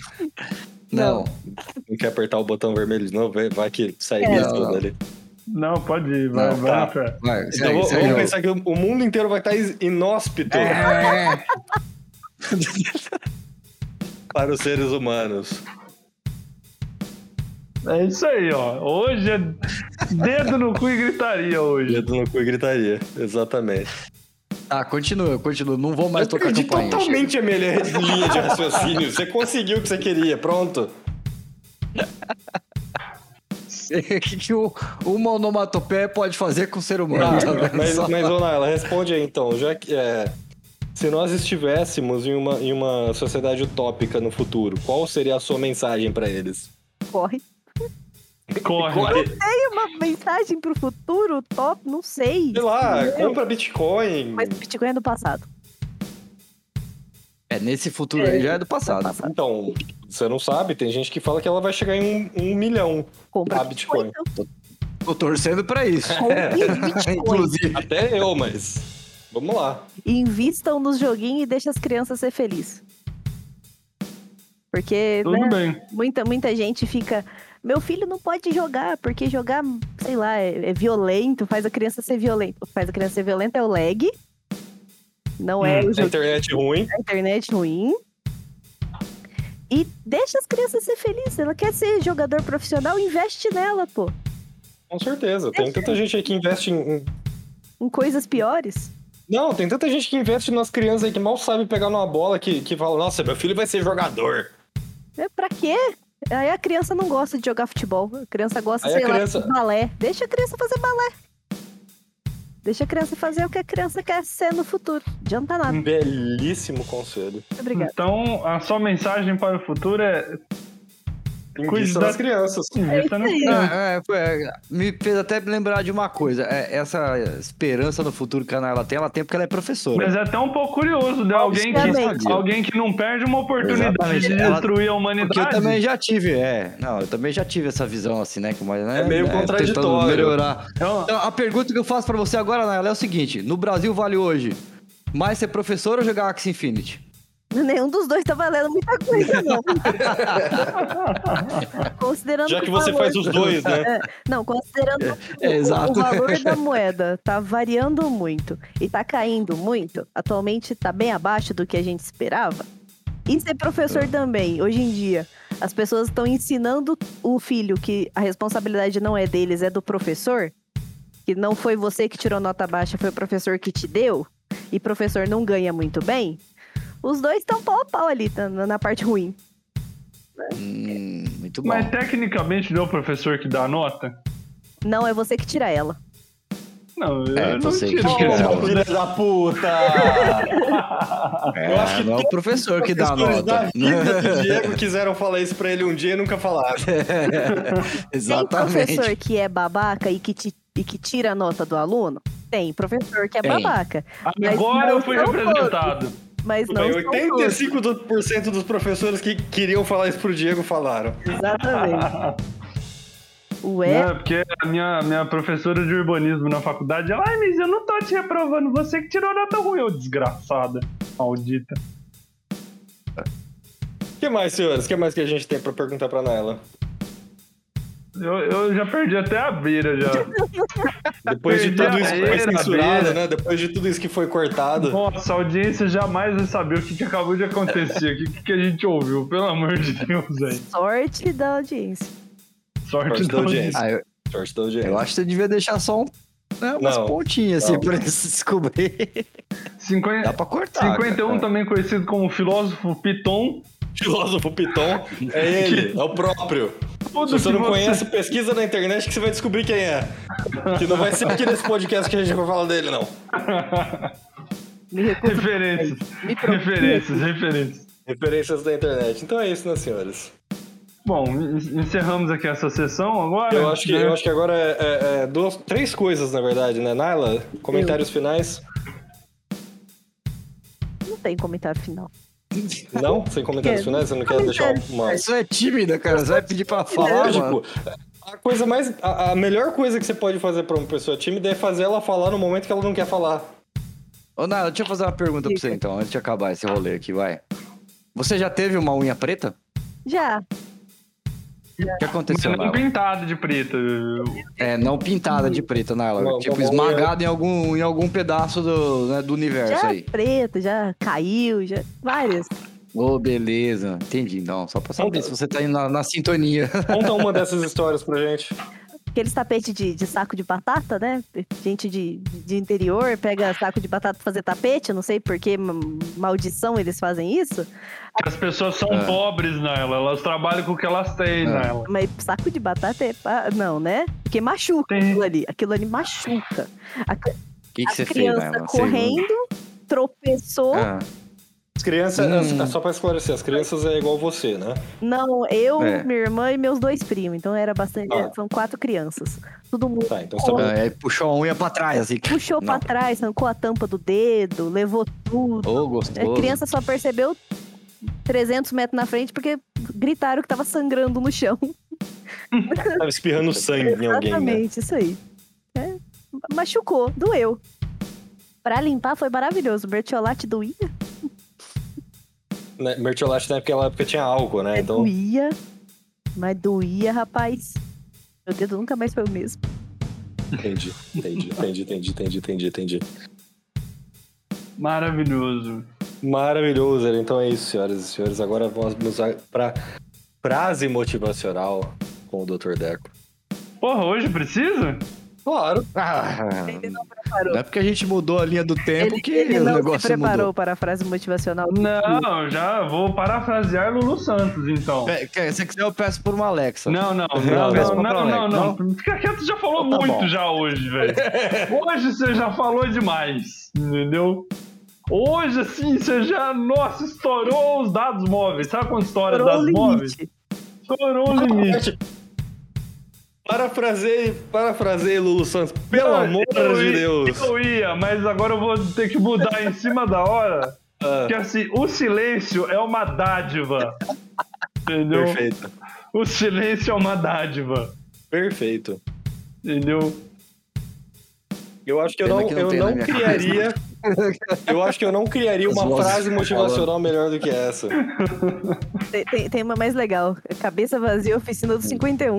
S2: Não.
S1: Não quer apertar o botão vermelho de novo? Vai, vai que né? sai
S4: É.
S1: mesmo
S2: Não, não.
S1: ali.
S3: Não, pode ir, vai,
S2: Não,
S3: vai
S1: tá.
S3: na fé.
S2: Vai, segue,
S1: Então, vamos-
S2: segue
S1: vamos
S2: o-
S1: pensar que o o mundo inteiro vai estar inóspito
S2: É.
S1: para os seres humanos.
S3: É isso aí, ó. Hoje é dedo no cu e gritaria hoje.
S1: Dedo no cu e gritaria, exatamente.
S2: Ah, continua, continua. Não vou mais
S1: eu
S2: tocar
S1: perdi
S2: campainha.
S1: totalmente a minha linha de raciocínio. Você conseguiu o que você queria, pronto.
S2: chega. O que, que o- uma onomatopeia pode fazer com o ser humano?
S1: Tá,
S2: tá vendo?
S1: mas,
S2: Só-
S1: mas ô Naila, responde aí então. Já que, é, se nós estivéssemos em uma, em uma sociedade utópica no futuro, qual seria a sua mensagem pra eles?
S4: Corre.
S3: Corre.
S4: Tem uma mensagem pro futuro top? Não sei.
S1: Sei lá,
S4: Meu.
S1: compra Bitcoin.
S4: Mas o Bitcoin é do passado.
S2: É, nesse futuro aí já é do
S4: Do
S2: passado.
S4: passado.
S1: Então, você não sabe, tem gente que fala que ela vai chegar em um, um milhão.
S4: Compra
S1: Ah, Bitcoin.
S4: Então,
S2: Tô torcendo pra isso.
S4: compre Bitcoin.
S2: É, Inclusive.
S1: Até eu, mas. Vamos lá.
S4: Invistam nos joguinhos e deixa as crianças ser felizes. Porque né,
S3: Tudo bem.
S4: muita, muita gente fica. Meu filho não pode jogar, porque jogar, sei lá, é, é violento, faz a criança ser violenta. O que Faz a criança ser violenta é o lag. Não é o
S1: A
S4: jogo
S1: internet ruim.
S4: da internet ruim. E deixa as crianças ser felizes. Ela quer ser jogador profissional, investe nela, pô.
S1: Com certeza.
S4: É.
S1: Tem tanta gente aí que investe em. em-
S4: Em coisas piores.
S1: Não, tem tanta gente que investe nas crianças aí que mal sabe pegar numa bola que, que fala, nossa, meu filho vai ser jogador.
S4: É pra quê? Aí a criança não gosta de jogar futebol. A criança gosta,
S1: Aí a
S4: sei lá,
S1: criança-
S4: de balé. Deixa a criança fazer balé. Deixa a criança fazer o que a criança quer ser no futuro. Adianta nada.
S1: Um belíssimo conselho.
S4: Muito obrigada.
S3: Então, a sua mensagem para o futuro é. assim,
S1: Cuida das crianças.
S3: Invista nas
S4: isso aí.
S3: crianças.
S2: É, é, foi, é, me fez até me lembrar de uma coisa. É, essa esperança no futuro que a Nayla tem, ela tem porque ela é professora.
S3: Mas é até um pouco curioso
S4: É
S3: de alguém que,
S4: Obviamente.
S3: alguém que não perde uma oportunidade
S2: Exatamente.
S3: de
S2: Ela-
S3: destruir a
S1: é
S2: Porque eu
S3: humanidade.
S2: também já tive, é. Não, eu também já tive essa visão assim, né? que Mas, né
S1: É meio
S2: né, Tentando
S1: contraditório.
S2: melhorar.
S3: Então,
S2: Então, a pergunta que eu faço pra você agora, Nayla, é o seguinte: no Brasil vale hoje mais ser professor ou jogar Axie Infinity?
S4: Nenhum dos dois tá valendo muita coisa, não. considerando
S1: Já
S4: que
S1: que
S4: o
S1: você
S4: valor-
S1: faz os dois, né?
S4: É, não, considerando o-
S2: é,
S4: o-
S2: exato.
S4: o valor da moeda tá variando muito e tá caindo muito, atualmente tá bem abaixo do que a gente esperava. E ser
S2: É.
S4: professor também, hoje em dia, as pessoas estão ensinando o filho que a responsabilidade não é deles, é do professor, que não foi você que tirou nota baixa, foi o professor que te deu, e professor não ganha muito bem. Os dois estão pau a pau ali, tá na na parte ruim.
S2: Hum, muito bom.
S3: mas tecnicamente não é o professor que dá a nota?
S4: Não é você que tira ela.
S3: Não,
S2: É,
S3: eu não
S2: você que
S3: tiro.
S2: tira ela.
S1: Ô, filha da puta!
S2: É,
S1: eu acho que
S2: não é o professor que dá a
S1: Professores né?
S2: nota.
S1: da vida do Diego quiseram falar isso pra ele um dia e nunca falaram.
S4: Tem professor
S2: Exatamente.
S4: que é babaca e que, ti- e que tira a nota do aluno? Tem professor que é
S2: Tem.
S4: babaca. Mas
S3: Agora
S4: não
S3: eu fui
S4: são
S3: representado.
S4: Mas
S1: Puta,
S4: não.
S1: e
S4: são todos.
S1: 85% dos professores que queriam falar isso pro Diego falaram.
S4: Exatamente. Ué,
S3: Não, é porque a minha, minha professora de urbanismo na faculdade, ela, ai, mas eu não tô te reprovando, você que tirou nota ruim, ô desgraçada, maldita.
S1: O que mais, senhores? O que mais que a gente tem pra perguntar pra Naila?
S3: Eu, eu já perdi até a beira já.
S1: Depois de
S3: Perdi
S1: tudo
S3: a
S1: isso que foi
S3: beira,
S1: censurado,
S3: beira.
S1: né? Depois de tudo isso que foi cortado.
S3: Nossa, a audiência jamais vai saber o que, que acabou de acontecer, o que, que, que a gente ouviu, pelo amor de Deus, aí.
S4: é sorte da audiência.
S3: Sorte
S1: Sorte
S3: da
S1: da
S3: audiência.
S2: Ah, eu,
S1: Sorte do Diego.
S2: eu acho que você devia deixar só um, né, umas
S1: Não,
S2: pontinhas assim
S1: não.
S2: pra eles se descobrir.
S3: Cinquen-
S2: Dá pra cortar.
S3: 51,
S2: cara.
S3: também conhecido como filósofo Piton.
S1: Filósofo Piton é ele, é o próprio.
S3: Tudo
S1: Se você
S3: que
S1: não conhece, pesquisa na internet que você vai descobrir quem é. Que não vai ser aqui nesse podcast que a gente vai falar dele, não.
S4: Me recuso.
S3: Referências,
S4: Me pro-
S3: referências, referências.
S1: Referências da internet. Então é isso, né, senhores?
S3: Bom, en- encerramos aqui essa sessão agora.
S1: Eu acho que,
S3: né?
S1: eu acho que agora é, é- é duas, três coisas, na verdade, né, Naila? Comentários finais?
S4: Não tem comentário final.
S1: Não? Sem comentários
S4: É,
S1: finais? Você não quer deixar
S4: comentário.
S1: uma...
S2: Isso é tímida, cara. Você vai pedir pra falar, mano.
S1: Lógico. Tipo, A coisa mais... A, a melhor coisa que você pode fazer pra uma pessoa tímida é fazer ela falar no momento que ela não quer falar.
S2: Ô, Nara, deixa eu fazer uma pergunta pra você, então, antes de acabar esse rolê aqui, vai. Você já teve uma unha preta?
S4: Já.
S2: O que
S3: Mas
S2: aconteceu,
S3: não
S2: Nala?
S3: pintado de preto.
S2: É, não pintada de preta, Nala.
S1: Uma-
S2: tipo,
S1: uma unha-
S2: esmagada em algum, em algum pedaço do, né, do universo
S4: Já
S2: aí.
S4: preta, já caiu, já. Várias.
S2: Ô, beleza. Entendi, não. Só pra saber
S1: Então-
S2: se você tá indo na, na sintonia.
S1: Conta uma dessas histórias pra gente.
S4: Aqueles tapetes de, de saco de batata, né? Gente de, de interior pega saco de batata pra fazer tapete, não sei por que m- maldição eles fazem isso.
S3: As pessoas são
S2: É.
S3: pobres nela, elas trabalham com o que elas
S2: É.
S3: têm nela.
S4: Mas saco de batata é. pa- Não, né? Porque machuca
S3: Tem.
S4: aquilo ali. Aquilo ali machuca. A, cri-
S2: O que, que
S4: a
S2: você fez,
S4: criança
S2: Naila? Você-
S4: correndo, tropeçou.
S2: Ah,
S1: As crianças,
S2: Hum.
S1: as- é só pra esclarecer, as crianças é igual você, né?
S4: Não, eu,
S2: É.
S4: minha irmã e meus dois primos. Então era bastante.
S1: Ah.
S4: São quatro crianças. Todo mundo
S1: Tá, então você tá
S2: ah, aí puxou a unha pra trás, assim.
S4: puxou pra
S2: Não.
S4: trás, arrancou a tampa do dedo, levou tudo.
S2: Ô,
S4: A
S2: gostoso.
S4: É criança só percebeu 300 metros na frente porque gritaram que tava sangrando no chão.
S1: tava espirrando sangue em alguém, né?
S4: Exatamente, isso aí. É, machucou, doeu. Pra limpar foi maravilhoso. O Bertiolate doía,
S1: né? Mertiolate na época, naquela época tinha álcool, né?
S4: mas
S1: Então,
S4: doía. Mas doía, rapaz. Meu dedo nunca mais foi o mesmo.
S1: entendi, entendi, entendi, entendi, entendi, entendi, entendi.
S3: Maravilhoso.
S1: Maravilhoso, Eli. então é isso, senhoras e senhores. Agora vamos para frase motivacional com o Dr. Deco.
S3: Porra, hoje precisa?
S1: Claro.
S2: Ah,
S4: Ele não
S2: não é porque a gente mudou a linha do tempo
S4: Ele,
S2: que
S4: ele
S2: o
S4: não se
S2: negócio
S4: preparou
S2: mudou.
S4: para a frase motivacional.
S3: Não, já vou parafrasear Lulu Santos, então.
S2: Pe- quer- Se quiser, eu peço por uma Alexa.
S3: Não, não,
S2: Não,
S3: não, não,
S2: não,
S3: não, não,
S2: não,
S3: não, Fica quieto, você já falou
S2: Então tá
S3: muito
S2: bom.
S3: já hoje, velho. Hoje você já falou demais, entendeu? Hoje, assim, você já, nossa, estourou os dados móveis. Sabe quando estoura
S4: Estourou o
S3: dados móveis?
S4: limite. Ah,
S3: Estourou o limite.
S1: Parafrasei, parafrasei Lulu Santos, pelo amor
S3: Eu
S1: de
S3: ia-
S1: Deus.
S3: Eu ia, mas agora eu vou ter que mudar em cima da hora.
S1: Ah.
S3: Porque assim, o silêncio é uma dádiva. Entendeu?
S1: Perfeito,
S3: O silêncio é uma dádiva.
S1: perfeito.
S3: Entendeu?
S1: Eu acho que eu
S2: Pena
S1: não,
S2: que não
S1: eu
S2: tem na
S1: não
S2: minha
S1: criaria. Eu acho que eu não criaria
S2: As
S1: uma
S2: vozes
S1: frase
S2: falando.
S1: motivacional melhor do que essa.
S4: Tem, tem- tem uma mais legal. Cabeça vazia, oficina
S2: Hum.
S4: do 51.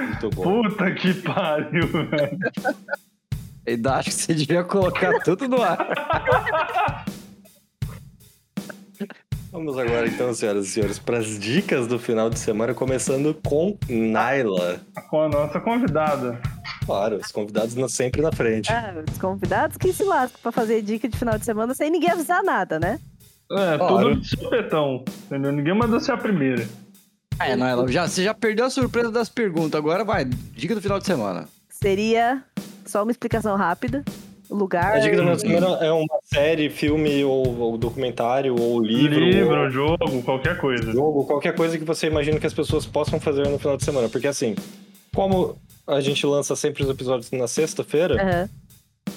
S1: Muito bom.
S3: Puta que pariu, velho.
S2: A idade que você devia colocar tudo no ar.
S1: Vamos agora então, senhoras e senhores, para as dicas do final de semana, começando com Naila.
S3: Com a nossa convidada.
S1: Claro, os convidados na- sempre na frente.
S4: Ah, os convidados que se lascam pra fazer dica de final de semana sem ninguém avisar nada, né?
S3: É,
S2: Claro.
S3: tudo de supetão. Entendeu? Ninguém mandou ser a primeira.
S2: É, Naila, já, você já perdeu a surpresa das perguntas. Agora vai, dica do final de semana.
S4: Seria só uma explicação rápida. Lugar.
S1: A dica do nosso primeiro é uma série, filme ou, ou documentário ou livro,
S3: Livro,
S1: ou
S3: jogo, qualquer coisa.
S1: jogo, qualquer coisa que você imagina que as pessoas possam fazer no final de semana. Porque assim, como a gente lança sempre os episódios na sexta-feira,
S4: Aham.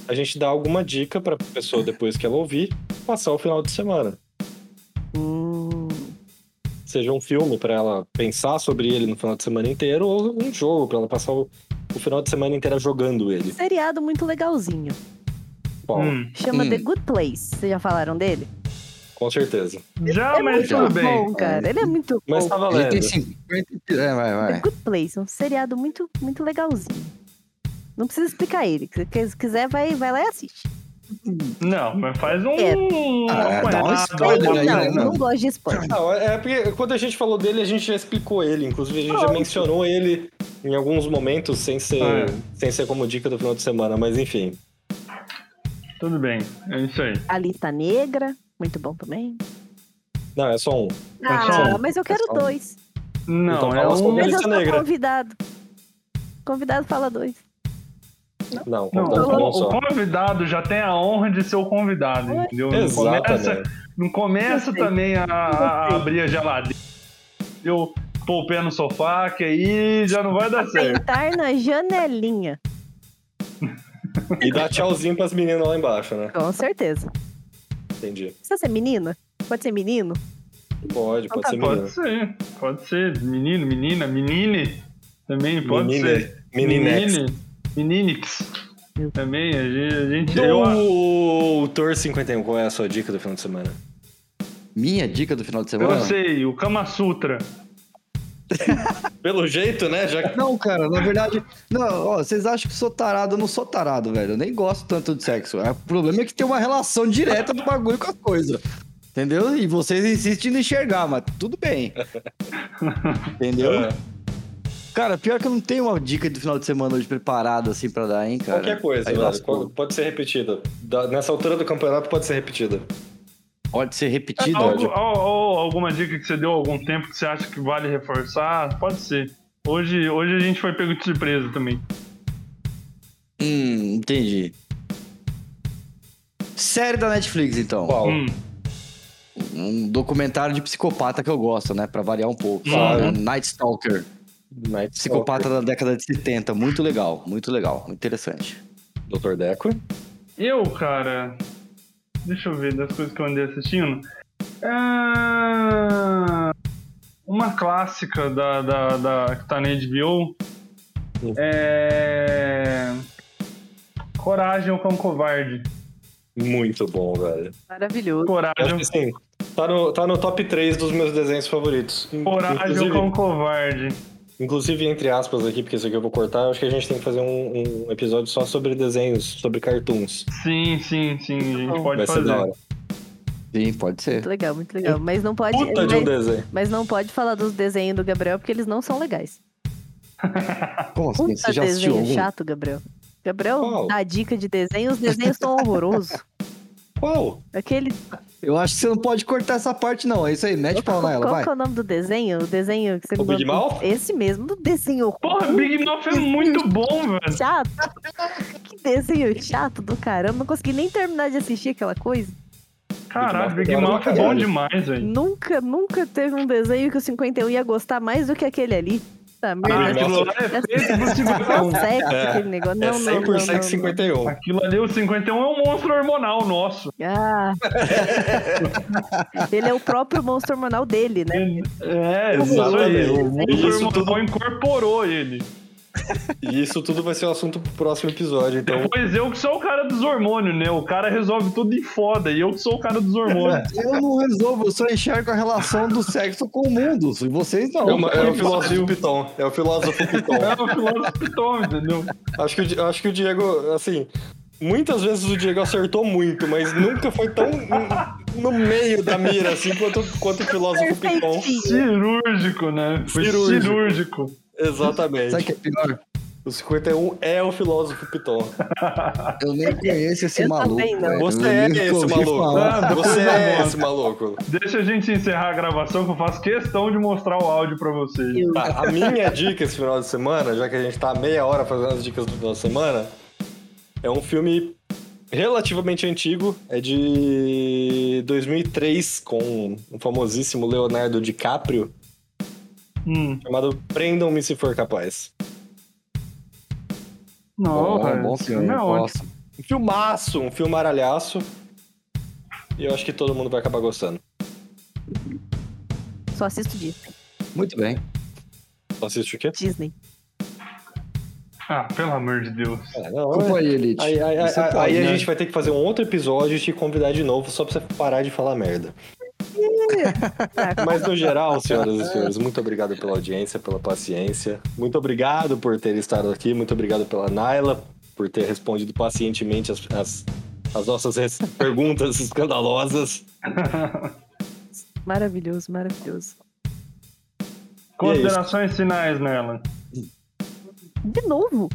S1: a gente dá alguma dica pra pessoa depois que ela ouvir passar o final de semana.
S4: Hum,
S1: Seja um filme pra ela pensar sobre ele no final de semana inteiro ou um jogo pra ela passar o, o final de semana inteira jogando ele.
S4: Um seriado muito legalzinho.
S1: Bom,
S3: Hum.
S4: Chama
S2: Hum.
S4: The Good Place. Vocês já falaram dele?
S1: com certeza.
S3: Já,
S4: é
S3: Ah, mas
S4: muito
S3: tudo bem.
S4: bom, cara. Ele é muito
S1: Mas
S4: bom.
S1: tá
S2: A gente
S1: valendo.
S2: tem 50. e- É, vai,
S4: The
S2: vai.
S4: Good Place, é um seriado muito, muito legalzinho. Não precisa explicar ele. Se quis- quiser, vai, vai lá e assiste.
S3: Não, mas faz um.
S4: É.
S3: um
S2: Ah, dá um
S3: apanhado,
S2: spoiler
S3: uma
S2: aí, né,
S4: não,
S3: coisa.
S4: não,
S2: mano?
S4: gosto de spoiler.
S1: Não, é é porque quando a gente falou dele, a gente já explicou ele. Inclusive, a gente já
S4: Óbvio.
S1: mencionou ele em alguns momentos, sem ser,
S3: É.
S1: sem ser como dica do final de semana, mas enfim.
S3: Tudo bem, é isso aí.
S4: A Lista Negra, muito bom também.
S1: Não, é só um.
S4: Ah,
S3: só
S4: mas eu quero
S2: só um.
S4: dois.
S3: Não,
S1: Então
S3: é
S1: fala sobre ele.
S3: um.
S4: Mas eu
S1: Lista
S4: sou
S1: Negra.
S4: convidado. Convidado fala dois.
S1: Não,
S3: Não,
S1: não, não,
S3: o,
S1: não
S3: o
S1: um só.
S3: convidado já tem a honra de ser o convidado, entendeu? Não começa,
S1: Exatamente.
S3: não começa
S4: Gostei.
S3: também a, a abrir a geladeira. Eu pôr o pé no sofá, que aí já não vai dar
S4: Tá
S3: certo.
S4: Sentar na janelinha.
S1: E dá tchauzinho pras meninas lá embaixo, né?
S4: Com certeza.
S1: Entendi.
S4: Precisa ser menina? Pode ser menino?
S1: Pode, pode
S4: Então tá
S1: ser
S3: Pode
S1: menina.
S3: ser, pode ser. Menino, menina, menine também pode ser.
S1: Menine, meninex.
S3: Menine, meninix. Também, a gente. A gente eu-
S1: Doutor 51, qual é a sua dica do final de semana?
S2: Minha dica do final de
S3: eu,
S2: semana?
S3: sei, o Kama Sutra.
S1: Pelo jeito, né? Já que
S2: Não, cara, na verdade. Não, ó, vocês acham que eu sou tarado? Eu não sou tarado, velho. Eu nem gosto tanto de sexo. É, O problema é que tem uma relação direta do bagulho com as coisas. Entendeu? E vocês insistem em não enxergar, mas tudo bem. Entendeu?
S1: É.
S2: Cara, pior que eu não tenho uma dica de final de semana hoje preparada assim pra dar, hein, cara.
S1: Qualquer coisa,
S2: Aí
S1: Vasco,
S2: lascou.
S1: pode- pode ser repetida. Da- nessa altura do campeonato pode ser repetida.
S2: Pode ser repetido.
S1: Algo-
S3: Ou, ou alguma dica que você deu há algum tempo que você acha que vale reforçar? Pode ser. Hoje, hoje a gente foi pego de surpresa também.
S2: Hum, entendi. Série da Netflix, então.
S1: Qual?
S3: Hum,
S2: Um documentário de psicopata que eu gosto, né? Pra variar um pouco.
S1: Claro.
S2: Night Stalker.
S1: Night
S2: Psicopata da década de 70. Muito legal, muito legal. Interessante.
S1: Dr. Deco.
S3: Eu, cara. Deixa eu ver das coisas que eu andei assistindo. Ah, Uma clássica da, da, da- que tá na HBO.
S1: Hum.
S3: É. Coragem ou Cão Covarde.
S1: Muito bom, velho.
S4: Maravilhoso.
S1: Eu acho
S3: Coragem,
S1: que assim, tá no, tá no top 3 dos meus desenhos favoritos. In-
S3: coragem ou
S1: Inclusive,
S3: Cão Covarde.
S1: inclusive, entre aspas aqui, porque isso aqui eu vou cortar, eu acho que a gente tem que fazer um, um episódio só sobre desenhos, sobre cartoons.
S3: Sim, sim, sim. A gente
S4: bom.
S3: pode
S1: Vai ser da
S3: fazer.
S1: hora.
S2: Sim, pode ser.
S4: Muito legal, muito legal. Mas não pode.
S1: Puta de um
S4: mas,
S1: desenho.
S4: mas não pode falar dos desenhos do Gabriel, porque eles não são legais.
S2: Como assim?
S4: Puta
S2: Você já assistiu
S4: desenho
S2: algum?
S4: chato, Gabriel. Gabriel,
S1: Qual?
S4: dá dica de desenho, os desenhos são horrorosos.
S1: Qual?
S4: Aquele.
S2: Eu acho que você não pode cortar essa parte, não. É isso aí, mete pau
S4: qual
S2: nela,
S4: qual
S2: vai.
S4: que é o nome do desenho? O desenho que você
S1: O Big
S4: mandou?
S1: Mouth?
S4: Esse mesmo, do desenho
S3: Porra, Big Mouth é muito bom, velho.
S4: chato. Que desenho chato do caramba. Não consegui nem terminar de assistir aquela coisa.
S3: Caralho,
S1: Big
S3: Big Mouth é bom
S1: Caralho.
S3: demais, velho.
S4: Nunca, nunca teve um desenho que o 51 ia gostar mais do que aquele ali. Tá,
S3: Ah,
S1: Big
S3: aquilo
S1: Mouth.
S3: lá é um
S4: É
S3: feito pro
S4: Não
S3: 51.
S4: sexo aquele negócio. Não,
S1: é
S4: não, não,
S1: 100%
S4: não,
S1: 51.
S3: Aquilo ali, o 51 é um monstro hormonal nosso.
S4: não. Ah. Ele é o próprio monstro hormonal dele, né?
S3: É, isso aí.
S1: Exatamente.
S3: O monstro
S1: Isso
S3: hormonal
S1: tudo-
S3: incorporou ele.
S1: E isso tudo vai ser o assunto pro próximo episódio, então.
S3: Depois eu que sou o cara dos hormônios, né? O cara resolve tudo em foda e eu que sou o cara dos hormônios.
S2: Eu não resolvo, eu só enxergo a relação do sexo com o mundo. E vocês não.
S1: É, uma- é o filósofo Piton. É o filósofo Piton.
S3: É o filósofo Piton, entendeu?
S1: Acho que, o Di- acho que o Diego, assim, muitas vezes o Diego acertou muito, mas nunca foi tão n- no meio da mira, assim, quanto, quanto o filósofo Piton.
S4: Perfeitinho.
S3: Cirúrgico, né? Foi
S1: Cirúrgico.
S3: cirúrgico.
S2: Sabe o
S1: Exatamente.
S2: que é pior?
S1: O 51 é o filósofo Piton.
S2: Eu nem conheço esse
S4: Eu
S2: maluco.
S4: também não.
S2: velho.
S1: Você
S2: Eu
S1: é
S2: nunca
S1: esse
S2: ouvi falar.
S1: maluco.
S3: Não,
S1: Você
S3: depois eu
S1: é
S3: mostro.
S1: esse maluco.
S3: Deixa a gente encerrar a gravação que eu faço questão de mostrar o áudio pra vocês.
S1: Tá, a minha dica esse final de semana, já que a gente tá meia hora fazendo as dicas do final de semana, é um filme relativamente antigo, é de 2003, com o famosíssimo Leonardo DiCaprio,
S3: Hum.
S1: chamado Prendam-me se for capaz.
S3: Não,
S2: Bom,
S3: velho.
S2: bom filme. é
S3: Não, é
S2: Nossa.
S1: Um filmaço, um filme aralhaço. E eu acho que todo mundo vai acabar gostando.
S4: Só assisto Disney.
S2: Muito bem.
S1: Só Assiste o quê?
S4: Disney.
S3: Ah, pelo amor de Deus.
S1: É, não,
S2: Desculpa
S1: é-
S2: aí, Elite.
S1: Aí, aí- aí-
S2: Você pode,
S1: aí a
S2: né?
S1: gente vai ter que fazer um outro episódio e te convidar de novo só pra você parar de falar merda.
S4: Ah,
S1: Mas no geral, senhoras e senhores, muito obrigado pela audiência, pela paciência. Muito obrigado por ter estado aqui. Muito obrigado pela Naila, por ter respondido pacientemente as, as- as nossas res- perguntas escandalosas.
S4: maravilhoso, maravilhoso.
S3: Considerações finais nela.
S4: De novo.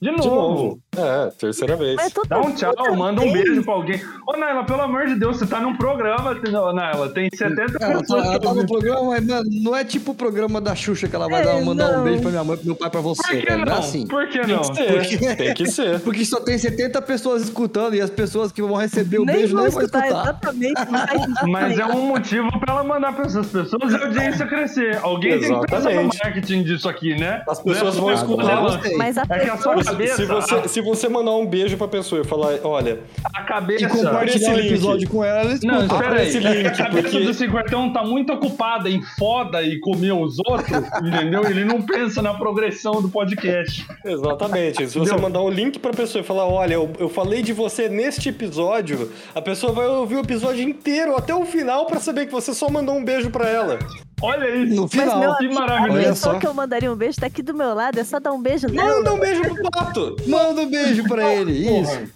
S3: De novo.
S1: De novo. É, terceira vez.
S4: É toda
S3: Dá um tchau,
S4: toda
S3: manda um
S4: vez.
S3: beijo pra alguém. Ô, Naila, pelo amor de Deus, você tá num programa, ô, Naila. Tem 70
S2: Ela tá,
S3: pessoas.
S2: ela tá no
S3: ouvindo.
S2: programa, mas mano, não é tipo o programa da Xuxa que ela vai
S4: É,
S2: dar, mandar
S4: não.
S2: um beijo pra minha mãe, pro meu pai, pra você.
S3: Por que
S2: velho. Não é
S3: não?
S2: assim.
S3: Por que
S1: Tem
S3: não?
S1: que ser. Tem que ser.
S2: Porque só tem 70 pessoas escutando e as pessoas que vão receber o
S4: Nem
S2: beijo
S4: vou
S2: nem vão
S4: escutar,
S2: escutar.
S4: exatamente. não faz sentido
S3: Mas é
S4: nenhum.
S3: um motivo pra ela mandar pra essas pessoas e a audiência crescer. Alguém tem que pensar no
S1: Exatamente.
S3: marketing disso aqui, né?
S1: As pessoas
S3: Né?
S1: vão
S3: Ah,
S1: escutar.
S3: agora eu
S2: você.
S3: gostei.
S4: Mas a
S3: É que a sua
S4: pessoa-
S3: cabeça,
S1: Se você, se você mandar um beijo pra pessoa e falar, olha,
S3: a
S2: E
S3: cabeça...
S2: compartilhar o
S1: link.
S2: episódio com ela, eles
S3: Não,
S2: escutam.
S3: espera aí.
S1: esse
S3: é que a
S1: link,
S3: cabeça
S1: porque-
S3: do cinquentão tá muito ocupada em foda e comer os outros, entendeu? Ele não pensa na progressão do podcast.
S1: Exatamente. Se você
S3: Entendeu?
S1: mandar um link pra pessoa e falar, olha, eu, eu falei de você neste episódio, a pessoa vai ouvir o episódio inteiro até o final pra saber que você só mandou um beijo pra ela.
S3: Olha isso.
S2: No
S4: Mas,
S2: final.
S4: meu
S3: que
S4: amigo,
S3: maravilhoso.
S4: a
S2: Olha
S4: pessoa
S2: só.
S4: que eu mandaria um beijo tá aqui do meu lado, é só dar um beijo nela.
S1: Manda um beijo pro pato!
S2: Manda um beijo pra ele.
S3: Porra.
S2: Isso.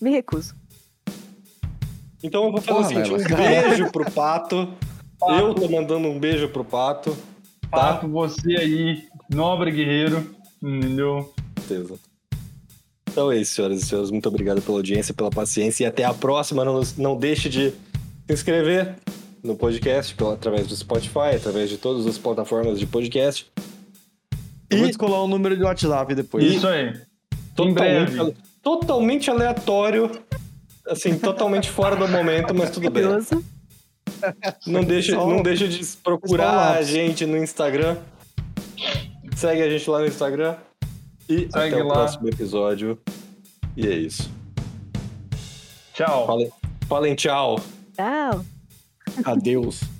S4: Me recuso.
S1: Então eu vou fazer
S2: Porra,
S1: o seguinte: um
S2: Leva.
S1: beijo pro Pato.
S3: Pato.
S1: Eu tô mandando um beijo pro Pato. Tá?
S3: Pato, você aí, nobre guerreiro, entendeu?
S1: certeza. Então é isso, senhoras e senhores. Muito obrigado pela audiência, pela paciência e até a próxima. Não, não deixe de se inscrever no podcast pela- através do Spotify, através de todas as plataformas de podcast.
S2: Eu vou
S1: E
S2: descolar o número de WhatsApp depois.
S3: Isso aí. Em
S1: totalmente,
S3: breve.
S1: ale- totalmente aleatório, assim, totalmente fora do momento, mas tudo bem.
S4: Curioso.
S1: Não deixa,
S2: Só-
S1: não deixa de
S2: só um
S1: procurar a
S2: lápis.
S1: gente no Instagram. Segue a gente lá no Instagram. E
S3: Segue
S1: até o
S3: lá.
S1: próximo episódio. E é isso.
S3: Tchau.
S1: Falem, falem tchau.
S4: Tchau.
S2: Adeus.